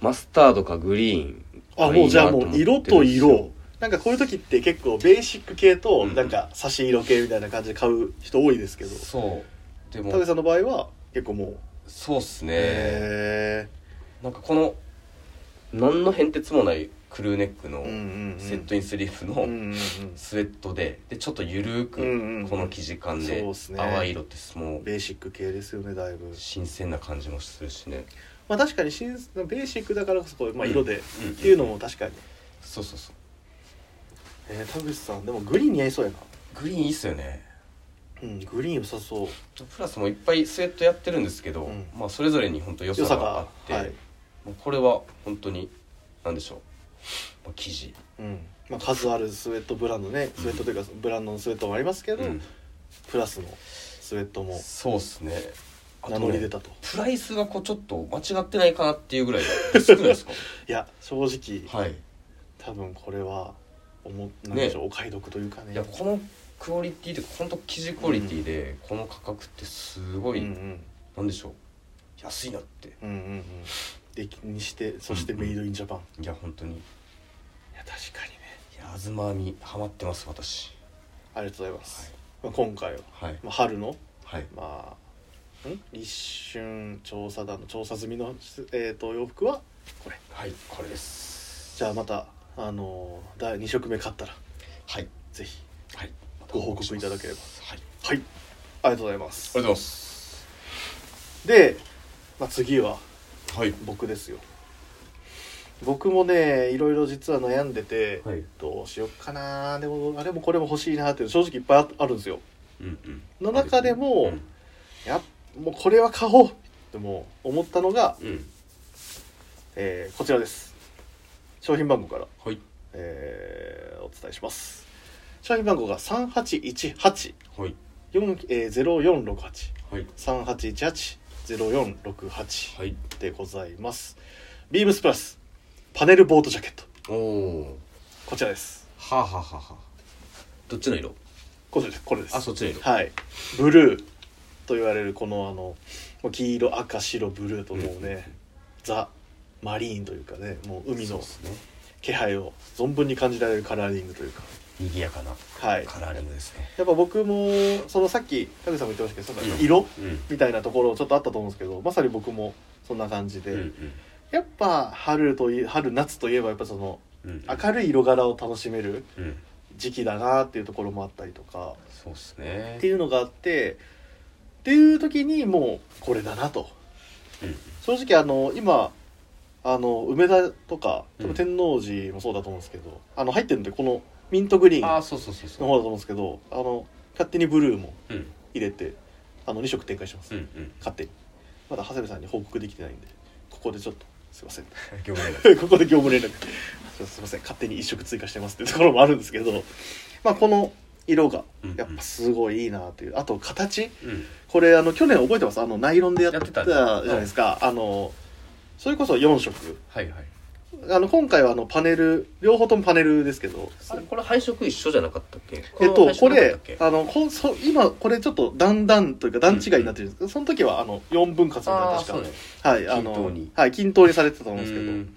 Speaker 3: マスタードかグリーン
Speaker 2: あ
Speaker 3: いい
Speaker 2: もう
Speaker 3: な
Speaker 2: じゃあも
Speaker 3: と
Speaker 2: う
Speaker 3: 思ってる
Speaker 2: 色
Speaker 3: んですよ
Speaker 2: と色なんかこういう時って結構ベーシック系と
Speaker 3: うん
Speaker 2: なんか差し色系みたいな感じで買う人多いですけど
Speaker 3: そうで
Speaker 2: 田
Speaker 3: も
Speaker 2: 部さんの場合は結構もう
Speaker 3: そうっすね
Speaker 2: へ
Speaker 3: なんかこの何の変哲もないクルーネック
Speaker 2: え
Speaker 3: の
Speaker 2: うんうん
Speaker 3: セットインスリーフ
Speaker 2: うんう
Speaker 3: の
Speaker 2: んうん
Speaker 3: スウェットででちょっとゆる
Speaker 2: うんうん
Speaker 3: ー
Speaker 2: うん
Speaker 3: くこの生地感で
Speaker 2: そうっすね
Speaker 3: 淡い色ってもう
Speaker 2: ベーシック系ですよねだいぶ
Speaker 3: 新鮮な感じもするしね
Speaker 2: まあ確かに新ベーシックだからこそこう、まあ、
Speaker 3: うん
Speaker 2: 色でっ
Speaker 3: うん
Speaker 2: ていうのも確かに、
Speaker 3: そうそうそう
Speaker 2: えー、田口さんでもグリーン似合いそうやな
Speaker 3: グリーンいいっすよね
Speaker 2: うんグリーン良さそう
Speaker 3: プラスもいっぱいスウェットやってるんですけど、
Speaker 2: うん
Speaker 3: まあそれぞれに本当良さ
Speaker 2: 良さ
Speaker 3: があっ
Speaker 2: が
Speaker 3: て、
Speaker 2: はい、
Speaker 3: もうこれは本当に何でしょう、まあ、生地、
Speaker 2: うんまあ、数あるスウェットブランドねスウェットというかブランドのスウェットもありますけど、
Speaker 3: うん
Speaker 2: プラスのスウェットも
Speaker 3: そうっすねあ
Speaker 2: 名
Speaker 3: と
Speaker 2: 乗り
Speaker 3: ね
Speaker 2: 出たと
Speaker 3: プライスがこうちょっと間違ってないかなっていうぐらい少ないですか
Speaker 2: いや正直
Speaker 3: はい
Speaker 2: 多分これは思なんでしょう、お買い得というかね
Speaker 3: いやこのクオリティというか本当生地クオリティで、この価格ってすご
Speaker 2: うん
Speaker 3: い、
Speaker 2: うん
Speaker 3: なんでしょう安いなって
Speaker 2: うんうんうんでにしてそしてメイドインジャパン、
Speaker 3: いや本当にい
Speaker 2: いや確かにね
Speaker 3: や東編みハマってます私
Speaker 2: ありがとうございます、まあ、今回は、
Speaker 3: はい
Speaker 2: まあ、春の
Speaker 3: はい
Speaker 2: まあん立春調査団の調査済みの、えー、と洋服はこれ
Speaker 3: はいこれです
Speaker 2: じゃあまたあのー第2色目買ったら
Speaker 3: はい
Speaker 2: ぜひ
Speaker 3: はい
Speaker 2: ご報告いただければ
Speaker 3: はいあり
Speaker 2: はいありがとうございます
Speaker 3: がとうございます
Speaker 2: で、まあ、次は
Speaker 3: はい
Speaker 2: 僕ですよ僕もねいろいろ実は悩んでて、
Speaker 3: はい
Speaker 2: どうしよっかなでもあれもこれも欲しいなっていうの正直いっぱいああるんですよ
Speaker 3: うんうん
Speaker 2: の中でも
Speaker 3: うん
Speaker 2: やっもうこれは買おうってもう思ったのが、
Speaker 3: うん
Speaker 2: えーこちらです商品番号から、
Speaker 3: はい
Speaker 2: えーお伝えします商品番号が3818
Speaker 3: はい
Speaker 2: 4えー、
Speaker 3: はい
Speaker 2: 046838180468
Speaker 3: はい
Speaker 2: でございますビームスプラスパネルボートジャケット
Speaker 3: おお
Speaker 2: こちらです
Speaker 3: はあ、はあはあはあ、どっちの色
Speaker 2: こちらですこれです
Speaker 3: あそっちの色
Speaker 2: はいブルーと言われるこのあのもう黄色赤白ブルーともうね、ザ・マリーンというかねもう海
Speaker 3: そう
Speaker 2: の
Speaker 3: ですね
Speaker 2: 気配を存分に感じられるカラーリングというか
Speaker 3: 賑やかな
Speaker 2: はい
Speaker 3: カラーリングですね
Speaker 2: やっぱ僕もそのさっき田口さんも言ってましたけどその
Speaker 3: うん
Speaker 2: 色、
Speaker 3: うん
Speaker 2: みたいなところちょっとあったと思うんですけどまさに僕もそんな感じで、
Speaker 3: うん
Speaker 2: やっぱ春とい春夏といえばやっぱその
Speaker 3: うんうん
Speaker 2: 明るい色柄を楽しめる
Speaker 3: うん
Speaker 2: 時期だなっていうところもあったりとか
Speaker 3: そうですね
Speaker 2: っていうのがあってっていう時にもうこれだなと
Speaker 3: うん
Speaker 2: 正直あの今あの梅田とか多
Speaker 3: うん
Speaker 2: 分天王寺もそうだと思うんですけど、あの入ってるんでこのミントグリーン
Speaker 3: あ
Speaker 2: の
Speaker 3: あそうそうそう
Speaker 2: 方だ
Speaker 3: そ
Speaker 2: と思うんですけどあの勝手にブルーも
Speaker 3: ううん
Speaker 2: 入れてあの2色展開します、
Speaker 3: うんうん
Speaker 2: 勝手にまだ長谷部さんに報告できてないんでここでちょっとすいません こ
Speaker 3: 業務連絡
Speaker 2: こで業務連絡すいません勝手に1色追加してますっていうところもあるんですけどまあこの色がやっぱすごいいいなというあと形
Speaker 3: うん
Speaker 2: これあの去年覚えてますあのナイロンでやっ
Speaker 3: やってた
Speaker 2: たじゃないですかあのそれこそ4色
Speaker 3: はいはい
Speaker 2: あの今回はあのパネル両方ともパネルですけど
Speaker 3: あれこれ配色一緒じゃなかったっけ
Speaker 2: えっ
Speaker 3: の
Speaker 2: と
Speaker 3: 配色
Speaker 2: こ
Speaker 3: なか
Speaker 2: れ
Speaker 3: ったっけ
Speaker 2: あのこんそ今これちょっと段々というか段違いになってるんですけど、その時はあの4分割みたいな
Speaker 3: あー
Speaker 2: 確か
Speaker 3: そうね
Speaker 2: はいあの
Speaker 3: 均等に
Speaker 2: はい、均等にされてたと
Speaker 3: う
Speaker 2: 思うんですけど
Speaker 3: ん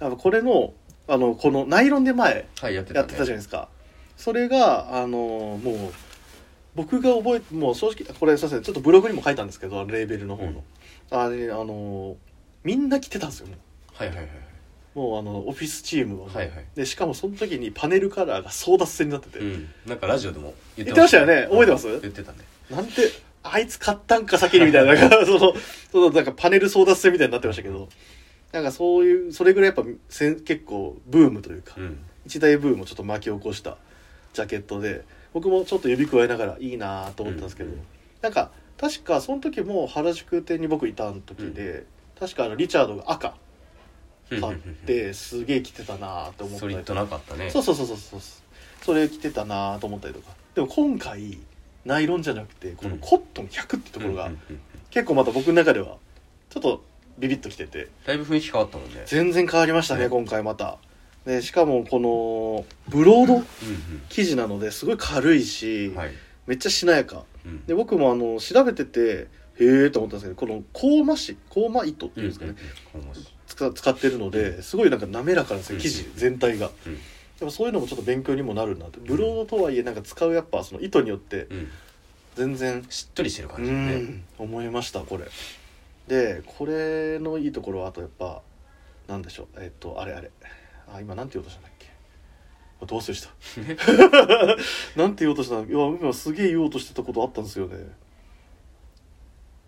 Speaker 2: あのこれのあのこのナイロンで前
Speaker 3: はいやってた、ね、
Speaker 2: やってたじゃないですかそれがあのもう僕が覚えてもう正直これすいませんちょっとブログにも書いたんですけどあのレーベルの方の、あれあのみんな着てたんですよも
Speaker 3: はいはいはいう
Speaker 2: もうあのオフィスチームは、
Speaker 3: はいはい
Speaker 2: でしかもその時にパネルカラーが争奪戦になってて、
Speaker 3: うん、なんかラジオでも言
Speaker 2: 言ってましたよね覚えてます
Speaker 3: うん言ってたね
Speaker 2: なんてあいつ買ったんか先にみたいななんか そのそのなんかパネル争奪戦みたいになってましたけどなんかそういうそれぐらいやっぱせん結構ブームというか、
Speaker 3: うん
Speaker 2: 一大ブームをちょっと巻き起こしたジャケットで僕もちょっと指加えながらいいなと思ったんですけど、
Speaker 3: うんうん
Speaker 2: なんか確かその時も原宿店に僕いた時で、確かあのリチャードが赤買ってすげえ着てたなと思った
Speaker 3: ソリ
Speaker 2: り
Speaker 3: ッ
Speaker 2: と
Speaker 3: ド
Speaker 2: か
Speaker 3: なかったね
Speaker 2: そうそうそうそうそうそれ着てたなと思ったりとかでも今回ナイロンじゃなくてこのコットン100ってところが
Speaker 3: うんうんうん
Speaker 2: 結構また僕の中ではちょっとビビッときてて
Speaker 3: だいぶ雰囲気変わったもんね
Speaker 2: 全然変わりましたね
Speaker 3: ね
Speaker 2: 今回またでしかもこのブロード
Speaker 3: うん
Speaker 2: 生地なのですごい軽いし、
Speaker 3: うんはい
Speaker 2: めっちゃしなやか
Speaker 3: うん
Speaker 2: で僕もあの調べててへえと思ったんですけどこのコーマ糸コーマ糸っていうんですかね、
Speaker 3: うんうんうん面白い
Speaker 2: 使使ってるのですごいなんか滑らかなんですよ
Speaker 3: うん
Speaker 2: 生地全体が、
Speaker 3: うん
Speaker 2: でもそういうのもちょっと勉強にもなるなってブロードとはいえなんか使うやっぱその糸によって
Speaker 3: うん
Speaker 2: 全然
Speaker 3: しっとりしてる
Speaker 2: う
Speaker 3: 感じだね
Speaker 2: ん思いましたこれでこれのいいところはあとやっぱなんでしょうえっとあれあれあ今なんて言おうとしたんだっけどうせした なんて言おうとしたんだいや今すげえ言おうとしてたことあったんですよね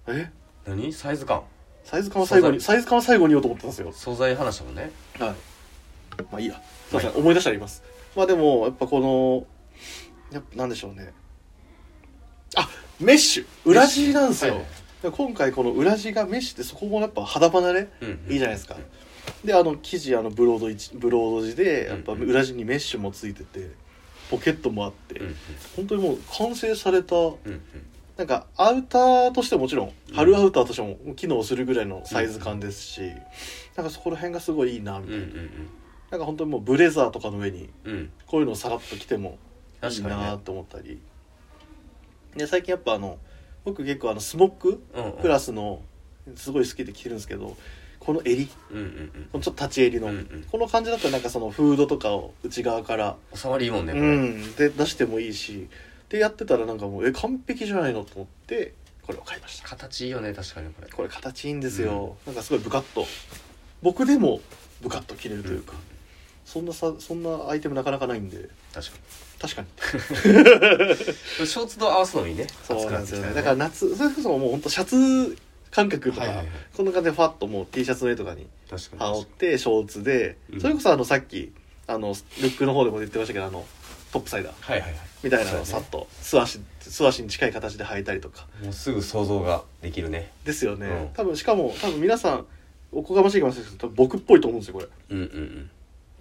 Speaker 2: え
Speaker 3: 何サイズ感
Speaker 2: サイズ感は最後にサイズ感は最後に言おうと思ったんですよ
Speaker 3: 素材話だもんね
Speaker 2: はい。まあいいや。すいません、
Speaker 3: は
Speaker 2: 思い出したら言います。まあでも、やっぱこの、やっぱなんでしょうね。あメッシュ裏地なんですよ。
Speaker 3: はい
Speaker 2: で今回この裏地がメッシュってそこもやっぱ肌離れ
Speaker 3: うんうん
Speaker 2: いいじゃないですか。で、あの生地、あのブロード一、ブロード地で、やっぱ
Speaker 3: うんうん
Speaker 2: 裏地にメッシュもついてて、ポケットもあって、
Speaker 3: うん
Speaker 2: 本当にもう完成された、
Speaker 3: うんうん
Speaker 2: なんかアウターとしてももちろん春アウターとしても機能するぐらいのサイズ感ですし、なんかそこら辺がすごいいいなみたいな
Speaker 3: うんうんうん
Speaker 2: なんか本当にもうブレザーとかの上に
Speaker 3: うんうん
Speaker 2: こういうのをさらっと着てもいい
Speaker 3: 確かに
Speaker 2: な
Speaker 3: ね
Speaker 2: と思ったり、で最近やっぱあの僕結構あのスモック
Speaker 3: うんうん
Speaker 2: クラスのすごい好きで着てるんですけどこの襟
Speaker 3: うんうんうん
Speaker 2: このちょっと立ち襟の、
Speaker 3: うんうん
Speaker 2: この感じだったらなんかそのフードとかを内側から、
Speaker 3: 収まりいいもんね
Speaker 2: う
Speaker 3: これ
Speaker 2: ん、で出してもいいしでやってたらなんかもうえ完璧じゃないのと思ってこれを買いました
Speaker 3: 形いいよね確かにこれ
Speaker 2: これ形いいんですよ、なんかすごいブカッと僕でもブカッと着れるというか、そんなさそんなアイテムなかなかないんで
Speaker 3: 確かに
Speaker 2: 確かに
Speaker 3: これショーツと合わすのもいいね
Speaker 2: そうなんですよね
Speaker 3: 暑く
Speaker 2: だ
Speaker 3: なってきたら
Speaker 2: から夏それこそもうほんとシャツ感覚とか、
Speaker 3: はいはいはい
Speaker 2: こんな感じでファッともう T シャツの上とかに
Speaker 3: 確かに
Speaker 2: 羽織ってショーツで、
Speaker 3: うん
Speaker 2: それこそあのさっきあのルックの方でも言ってましたけどあのトップサイダー
Speaker 3: はいはいは
Speaker 2: みたいなのを
Speaker 3: そう
Speaker 2: さ
Speaker 3: ね
Speaker 2: っと素足素足に近い形で履いたりとか
Speaker 3: いもうすぐ想像ができるね
Speaker 2: ですよね、
Speaker 3: うん
Speaker 2: 多分しかも多分皆さんおこがましいかもしれないですけど多分僕っぽいと思うんですよこれ
Speaker 3: うんうんうん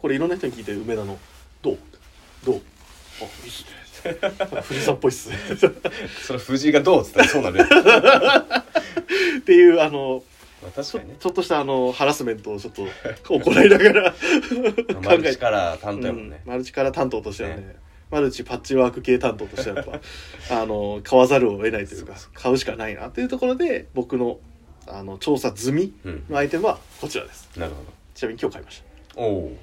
Speaker 2: これいろんな人に聞いて梅田の「どう?」どう?」あいいっすね 富士山っぽいっすね
Speaker 3: それ藤井がどうっつったらそうな るよ
Speaker 2: っていうあの
Speaker 3: まあ確
Speaker 2: ち
Speaker 3: か
Speaker 2: ょ
Speaker 3: にね
Speaker 2: ちょっとしたあのハラスメントをちょっと行いながら考
Speaker 3: まあマル
Speaker 2: え
Speaker 3: チ
Speaker 2: て、
Speaker 3: から担当
Speaker 2: う
Speaker 3: やもん
Speaker 2: ん
Speaker 3: ね、
Speaker 2: マルチから担当としてはね
Speaker 3: ね
Speaker 2: マルチパッチワーク系担当としてはやっぱあの買わざるを得ないというか
Speaker 3: そう
Speaker 2: 買うしかないなというところで僕のあの調査済み
Speaker 3: うん
Speaker 2: のアイテムはこちらです
Speaker 3: なるほ
Speaker 2: ちなみに今日買いまし
Speaker 3: どおお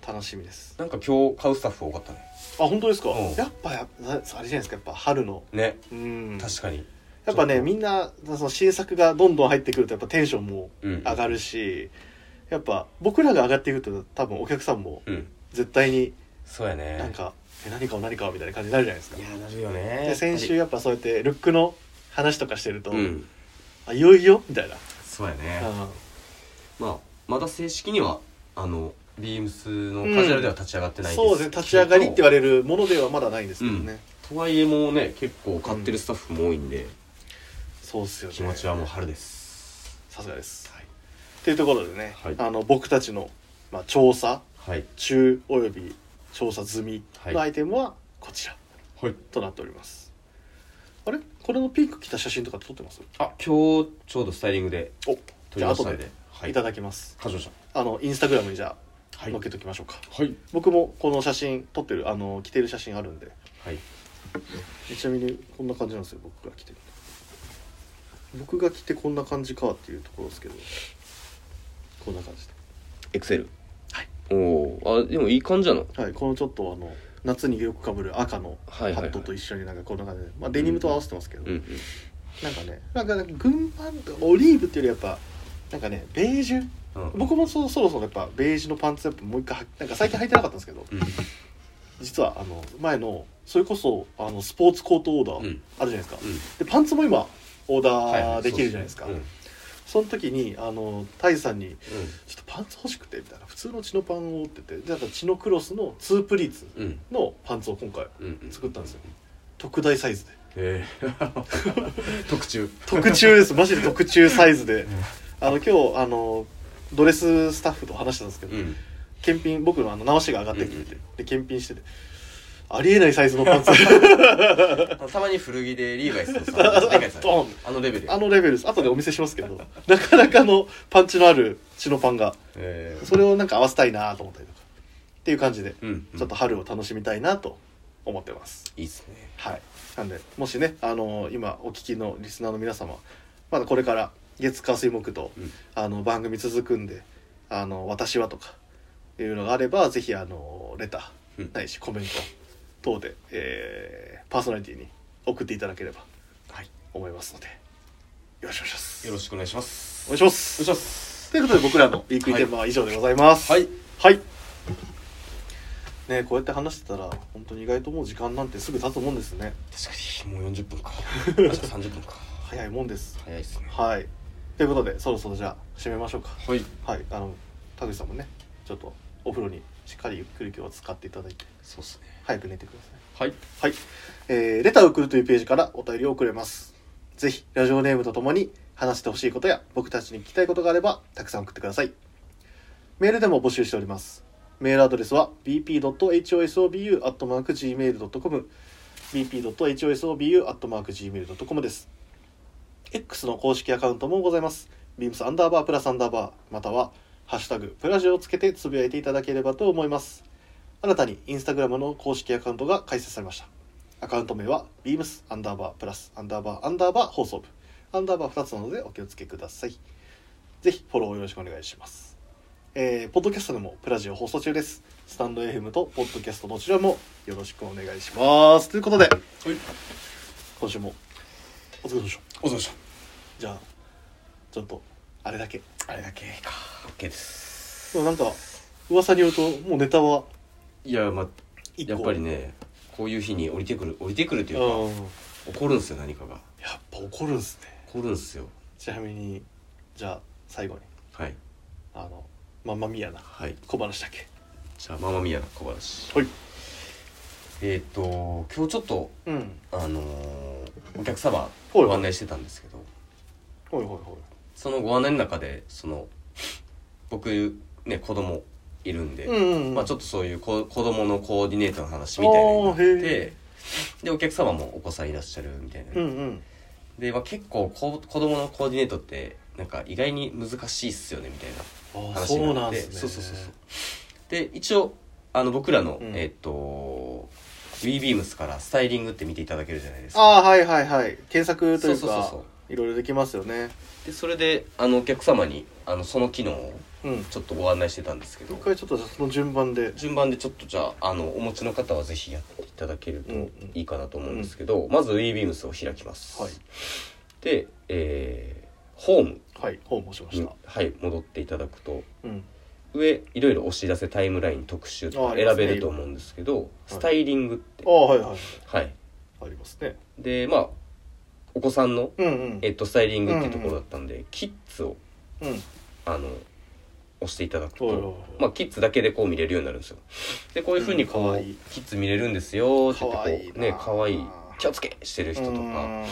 Speaker 2: た楽しみです
Speaker 3: なんか今日買うスタッフ多かったね
Speaker 2: あ本当ですか
Speaker 3: うん
Speaker 2: やっぱやあれじゃないですかやっぱ春の
Speaker 3: ね
Speaker 2: うん
Speaker 3: 確かに
Speaker 2: やっぱ
Speaker 3: ちょ
Speaker 2: ね
Speaker 3: っと
Speaker 2: みんなその新作がどんどん入ってくるとやっぱテンションも
Speaker 3: うん
Speaker 2: 上がるし、やっぱ僕らが上がっていくと多分お客さんも
Speaker 3: うん
Speaker 2: 絶対に
Speaker 3: そうやね
Speaker 2: なんか「え何かを何かを」みたいな感じになるじゃないですか
Speaker 3: いやなるよね
Speaker 2: で先週やっぱそうやってルックの話とかしてると「
Speaker 3: うん
Speaker 2: あいよいよ」みたいな、
Speaker 3: そうやね
Speaker 2: うん
Speaker 3: まあまだ正式にはあのビームスのカジュアルでは立ち上がってない
Speaker 2: そうですね立ち上がりって言わ
Speaker 3: れ
Speaker 2: れるものではまだないんですけどね、
Speaker 3: うんとはいえもうね結構買ってるスタッフも多いんで、
Speaker 2: そうっすよね
Speaker 3: 気持ちはもう春です
Speaker 2: さすがです
Speaker 3: はい
Speaker 2: っていうところでね、
Speaker 3: はい
Speaker 2: あの僕たちの、まあ、調査
Speaker 3: はい
Speaker 2: 中および調査済みのアイテムはこちら、
Speaker 3: はい
Speaker 2: となっておりますあれこれのピンク着た写真とかって撮ってます
Speaker 3: あ今日ちょうどスタイリングで
Speaker 2: お
Speaker 3: 撮りましたんで
Speaker 2: じゃいただきます、
Speaker 1: かしこまりまし
Speaker 2: あのインスタグラムにじゃあ
Speaker 1: はい
Speaker 2: 載っけときましょうか、
Speaker 1: たはい
Speaker 2: 僕もこの写真撮ってるあの着てる写真あるんで
Speaker 1: はい
Speaker 2: ちなみにこんな感じなんですよ僕が着てる僕が着てこんな感じかっていうところですけどこんな感じ
Speaker 1: エクセルはいおおあでもいい感じやな
Speaker 2: で、はい、このちょっとあの夏によくかぶる赤のハ
Speaker 1: はいはいはい
Speaker 2: ットと一緒になんかこんな感じで、まあ、デニムと合わせてますけど、
Speaker 1: うんうん
Speaker 2: なんかねなんか軍パンオリーブっていうよりやっぱなんかねベージュ
Speaker 3: うん
Speaker 2: 僕もそそろそろやっぱベージュのパンツやっぱもう一回はなんか最近履いてなかったんですけど
Speaker 3: うん
Speaker 2: 実はあの前のそれこそあのスポーツコートオーダーあ
Speaker 3: うん
Speaker 2: るじゃないですか、
Speaker 3: うん
Speaker 2: でパンツも今オー
Speaker 3: はいは
Speaker 2: ダー
Speaker 3: い
Speaker 2: できるじゃないですか、
Speaker 3: そう
Speaker 2: その時にあのタイさんに
Speaker 3: そう
Speaker 2: 「ちょっとパンツ欲しくて」みたいな普通の血のパンをっててでなんか血のクロスのツープリーツ
Speaker 3: うんうん
Speaker 2: のパンツを今回
Speaker 3: うんうん
Speaker 2: 作ったんですよ特大サイズで
Speaker 3: ええ 特注
Speaker 2: 特注ですマジで特注サイズであの今日あのドレススタッフと話したんですけど、
Speaker 3: うん
Speaker 2: 検品僕のあの直しが上がってきて
Speaker 3: うん
Speaker 2: て、
Speaker 3: うん
Speaker 2: で検品しててありえないサイズのパ ンツ
Speaker 3: たまに古着でリーバイス とさリーバイス
Speaker 2: ドン
Speaker 3: あのレベル
Speaker 2: あのレベルです後でお見せしますけどなかなかのパンチのある血のパンが
Speaker 3: ええ
Speaker 2: それをなんか合わせたいなと思ったりとかっていう感じで
Speaker 3: うん
Speaker 2: ちょっと春を楽しみたいなと思ってます、
Speaker 3: いいっすね
Speaker 2: はいなんでもしねあの今お聞きのリスナーの皆様まだこれから月火水木と、
Speaker 3: うん
Speaker 2: あの番組続くんで「あの私は」とかいうのがあればぜひあのレタ
Speaker 3: うん
Speaker 2: ーないしコメント等で、えーパーソナリティに送っていただければ
Speaker 3: はい
Speaker 2: 思いますのでよろしくお願いします
Speaker 3: よろしくお願いします
Speaker 2: お願いします
Speaker 3: お願いします
Speaker 2: ということで僕らのウィークリーテーマは以上でございます
Speaker 3: はい
Speaker 2: はいねこうやって話してたら本当に意外ともう時間なんてすぐ経つもんですね
Speaker 3: 確かにもう40分かあじゃあ30分か
Speaker 2: 早いもんです
Speaker 3: 早いっすね
Speaker 2: はいということでそろそろじゃあ締めましょうか
Speaker 3: はい
Speaker 2: はいあの田口さんもねちょっとお風呂にしっかりゆっくり今日は使っていただいて
Speaker 3: そうっすね
Speaker 2: 早く寝てください
Speaker 3: はい
Speaker 2: はい、えーレターを送るというページからお便りを送れます。ぜひ、ラジオネームとともに話してほしいことや僕たちに聞きたいことがあれば、たくさん送ってください。メールでも募集しております。メールアドレスは bp.hosobu.gmail.com bp.hosobu.gmail.com です。X の公式アカウントもございます。beams アンダーバープラスアンダーバーまたは、ハッシュタグプラジオをつけてつぶやいていただければと思います。新たにインスタグラムの公式アカウントが開設されましたアカウント名は beams アンダーバープラスアンダーバーアンダーバー放送部アンダーバー2つなのでお気をつけくださいぜひフォローよろしくお願いしますえー、ポッドキャストでもプラジオ放送中ですスタンド FM とポッドキャストどちらもよろしくお願いしますということで今週もお疲れ様でした
Speaker 3: お疲れ様でし
Speaker 2: じゃあちょっとあれだけ
Speaker 3: たあれだけか OK です
Speaker 2: でもなんか噂によるともうネタはい
Speaker 3: やまあ
Speaker 2: 一個
Speaker 3: やっぱりねこういう日に降りてくる降りてくると
Speaker 2: うん
Speaker 3: いうか怒るんですよ何かが
Speaker 2: やっぱ怒るんすね
Speaker 3: 怒るんですよ
Speaker 2: ちなみにじゃあ最後に
Speaker 3: はい
Speaker 2: あのマンマミアな
Speaker 3: はい
Speaker 2: 小話だけ
Speaker 3: じゃあママミヤの小話
Speaker 2: はい
Speaker 3: えっ、と今日ちょっと
Speaker 2: うんはい
Speaker 3: あのーお客様
Speaker 2: はい
Speaker 3: ご案内してたんですけど
Speaker 2: はいはい
Speaker 3: そのご案内の中でその僕ね子供いるんで、
Speaker 2: うんうんうん
Speaker 3: まあ、ちょっとそういうこ子供のコーディネートの話みたいなのになっ
Speaker 2: あーへ
Speaker 3: てでお客様もお子さんいらっしゃるみたいな、
Speaker 2: うんうん
Speaker 3: で、まあ、結構こ子供のコーディネートってなんか意外に難しいっすよねみたいな
Speaker 2: ああ
Speaker 3: 話
Speaker 2: そう
Speaker 3: に
Speaker 2: な
Speaker 3: なんっ
Speaker 2: で
Speaker 3: て
Speaker 2: すね
Speaker 3: そうそうそうそうで一応あの僕らの、
Speaker 2: うん
Speaker 3: えっ、と WeBeams からスタイリングって見ていただけるじゃないですか
Speaker 2: ああはいはいはい検索というか
Speaker 3: そうそうそうそ
Speaker 2: いろいろできますよね
Speaker 3: でそれであのお客様にあのその機能を
Speaker 2: うん
Speaker 3: ちょっとご案内してたんですけ
Speaker 2: 一
Speaker 3: ど
Speaker 2: 回ちょっとじゃあその順番で
Speaker 3: 順番でちょっとじゃああのお持ちの方はぜひやっていただけると
Speaker 2: うんうん
Speaker 3: いいかなと思うんですけど、まず WeBeams を開きます、
Speaker 2: はい
Speaker 3: で、えーホーム
Speaker 2: はい訪問しまし
Speaker 3: に
Speaker 2: た、
Speaker 3: はい、戻っていただくと
Speaker 2: うん、
Speaker 3: 上いろいろお知らせタイムライン特集と
Speaker 2: あ
Speaker 3: か
Speaker 2: ありま
Speaker 3: 選
Speaker 2: すね
Speaker 3: べると思うんですけどス
Speaker 2: 今
Speaker 3: タイリングって
Speaker 2: ああはいはい
Speaker 3: はい
Speaker 2: ありますね
Speaker 3: でまあお子さんの、
Speaker 2: うんうん
Speaker 3: えっと、スタイリングっていうところだったんで、キッズを
Speaker 2: うん
Speaker 3: あの押していただく
Speaker 2: はいはいはい
Speaker 3: と、まあ、キッズだけでこう見れるようになるんですよでこういうふうにこ
Speaker 2: うん
Speaker 3: う、
Speaker 2: かわいい
Speaker 3: キッズ見れるんですよって言ってこう
Speaker 2: かわいいな
Speaker 3: ねかわいい気をつけしてる人とか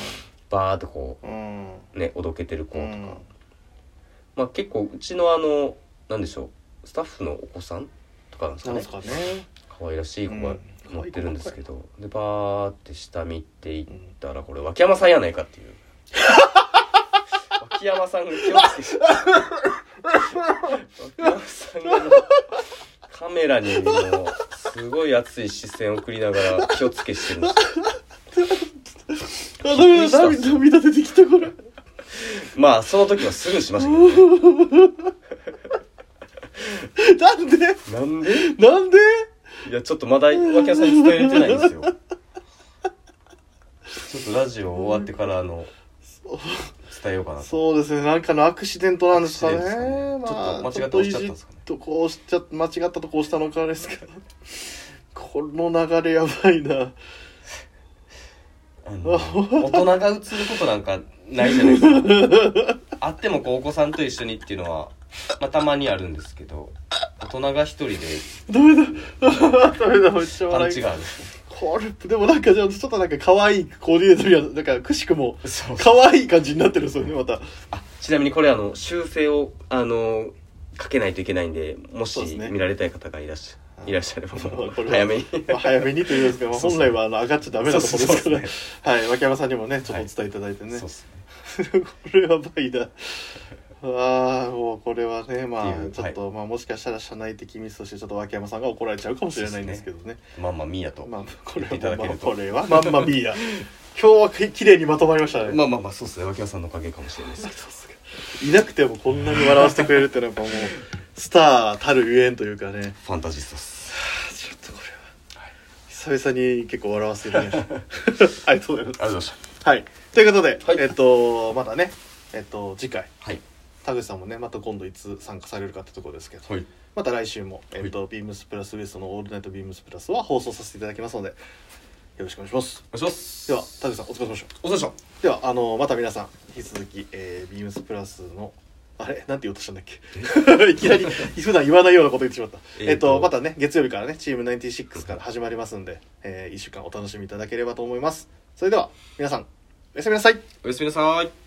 Speaker 3: バーっとこ
Speaker 2: うんうん
Speaker 3: うねおどけてる子とか、
Speaker 2: うん
Speaker 3: まあ、結構うちのあのなんでしょうスタッフのお子さんとかなんですか
Speaker 2: な
Speaker 3: ね
Speaker 2: んですかね
Speaker 3: 可愛らしい子が乗ってるんですけど、でバーって下見ていっ
Speaker 2: うん
Speaker 3: たらこれ脇山さんやないかっていう脇山さんが気をつけ脇役さんがもうカメラにもうすごい熱い視線を送りながら気をつけしてるんですよ
Speaker 2: あダメだ涙涙出てきたこれ
Speaker 3: まあその時はスルーしましたけどね
Speaker 2: なんで
Speaker 3: なんで
Speaker 2: なんで
Speaker 3: いやちょっとまだ脇屋さんに伝えれてないんですよちょっとラジオ終わってからあの伝えようかなと
Speaker 2: そうですねなんかのアクシデントなんですかね
Speaker 3: アクシデントですかね
Speaker 2: まあ
Speaker 3: ちょっと間違って押しちゃったんですかね
Speaker 2: ちょっといじっとこうしちゃ間違ったとこうしたのかあれですけど この流れやばいな
Speaker 3: あの大人が映ることなんかないじゃないですかあってもこうお子さんと一緒にっていうのは、まあ、たまにあるんですけど大人が一人で
Speaker 2: ダメだ ダメだめっちゃ
Speaker 3: パ
Speaker 2: 笑
Speaker 3: ン
Speaker 2: い
Speaker 3: チがある
Speaker 2: これでもなんかじゃあちょっとなんか可愛いコーディネートにはなんかくしくも
Speaker 3: そう
Speaker 2: 可愛い感じになってるんですよねまた
Speaker 3: あちなみにこれあの修正をあのかけないといけないんでも
Speaker 2: そうで
Speaker 3: し
Speaker 2: すね
Speaker 3: 見られたい方がいらっしゃ,、
Speaker 2: あ
Speaker 3: いらっしゃればもう
Speaker 2: これは
Speaker 3: 早めに
Speaker 2: まあ早めにというんですけど、まあ
Speaker 3: そう
Speaker 2: 本
Speaker 3: そう
Speaker 2: 来はあの上がっちゃダメなところ
Speaker 3: そ
Speaker 2: ですか
Speaker 3: うそう
Speaker 2: ら、
Speaker 3: そう
Speaker 2: はい、脇山さんにもね、ちょっとお伝えいただいてね、
Speaker 3: そうっすね
Speaker 2: これやばいな。ああ、もうこれはね、まあ
Speaker 3: っていう、
Speaker 2: ちょっと、まあ、もしかしたら社内的ミスとして、ちょっと脇山さんが怒られちゃうかもしれないんですけどね。
Speaker 3: まあまあミーヤと、
Speaker 2: まあ、これ
Speaker 3: 言っていた
Speaker 2: は、
Speaker 3: だ
Speaker 2: ま
Speaker 3: け
Speaker 2: あ、
Speaker 3: ると
Speaker 2: これは、まんま B や。今日はき綺麗にまとまりましたね。
Speaker 3: まあまあまあそうっすね脇屋さんのおかげかもしれないですけど
Speaker 2: いなくてもこんなに笑わせてくれるってのは、やっぱもう、スターたるゆえんというかね。
Speaker 3: ファンタジスタっす
Speaker 2: ちょっとこれは、久々に結構笑わせてるね。 ありがとうござい
Speaker 3: ありがとうご
Speaker 2: ます。
Speaker 3: ざいまし
Speaker 2: はい。ということで、
Speaker 3: はい
Speaker 2: えっと、まだね、えっと、次回、
Speaker 3: たはい
Speaker 2: 田口さんもね、また今度いつ参加されるかってところですけど、
Speaker 3: はい
Speaker 2: また来週も、えっと、ビームスプラスウエストのオールナイトビームスプラスは放送させていただきますので、よろしくお願いします。
Speaker 3: お願いします
Speaker 2: では、田口さん、お疲れ様でした。
Speaker 3: お疲れ様でし
Speaker 2: では、あの、また皆さん、引き続き、えービームスプラスの、あれなんて言おうとしたんだっけ い きなり、普段言わないようなこと言ってしまった。
Speaker 3: えーと
Speaker 2: えっと、またね、月曜日からね、チーム96から始まりますんで、え1週間お楽しみいただければと思います。それでは、皆さん、おやすみなさい。
Speaker 3: たおやすみなさい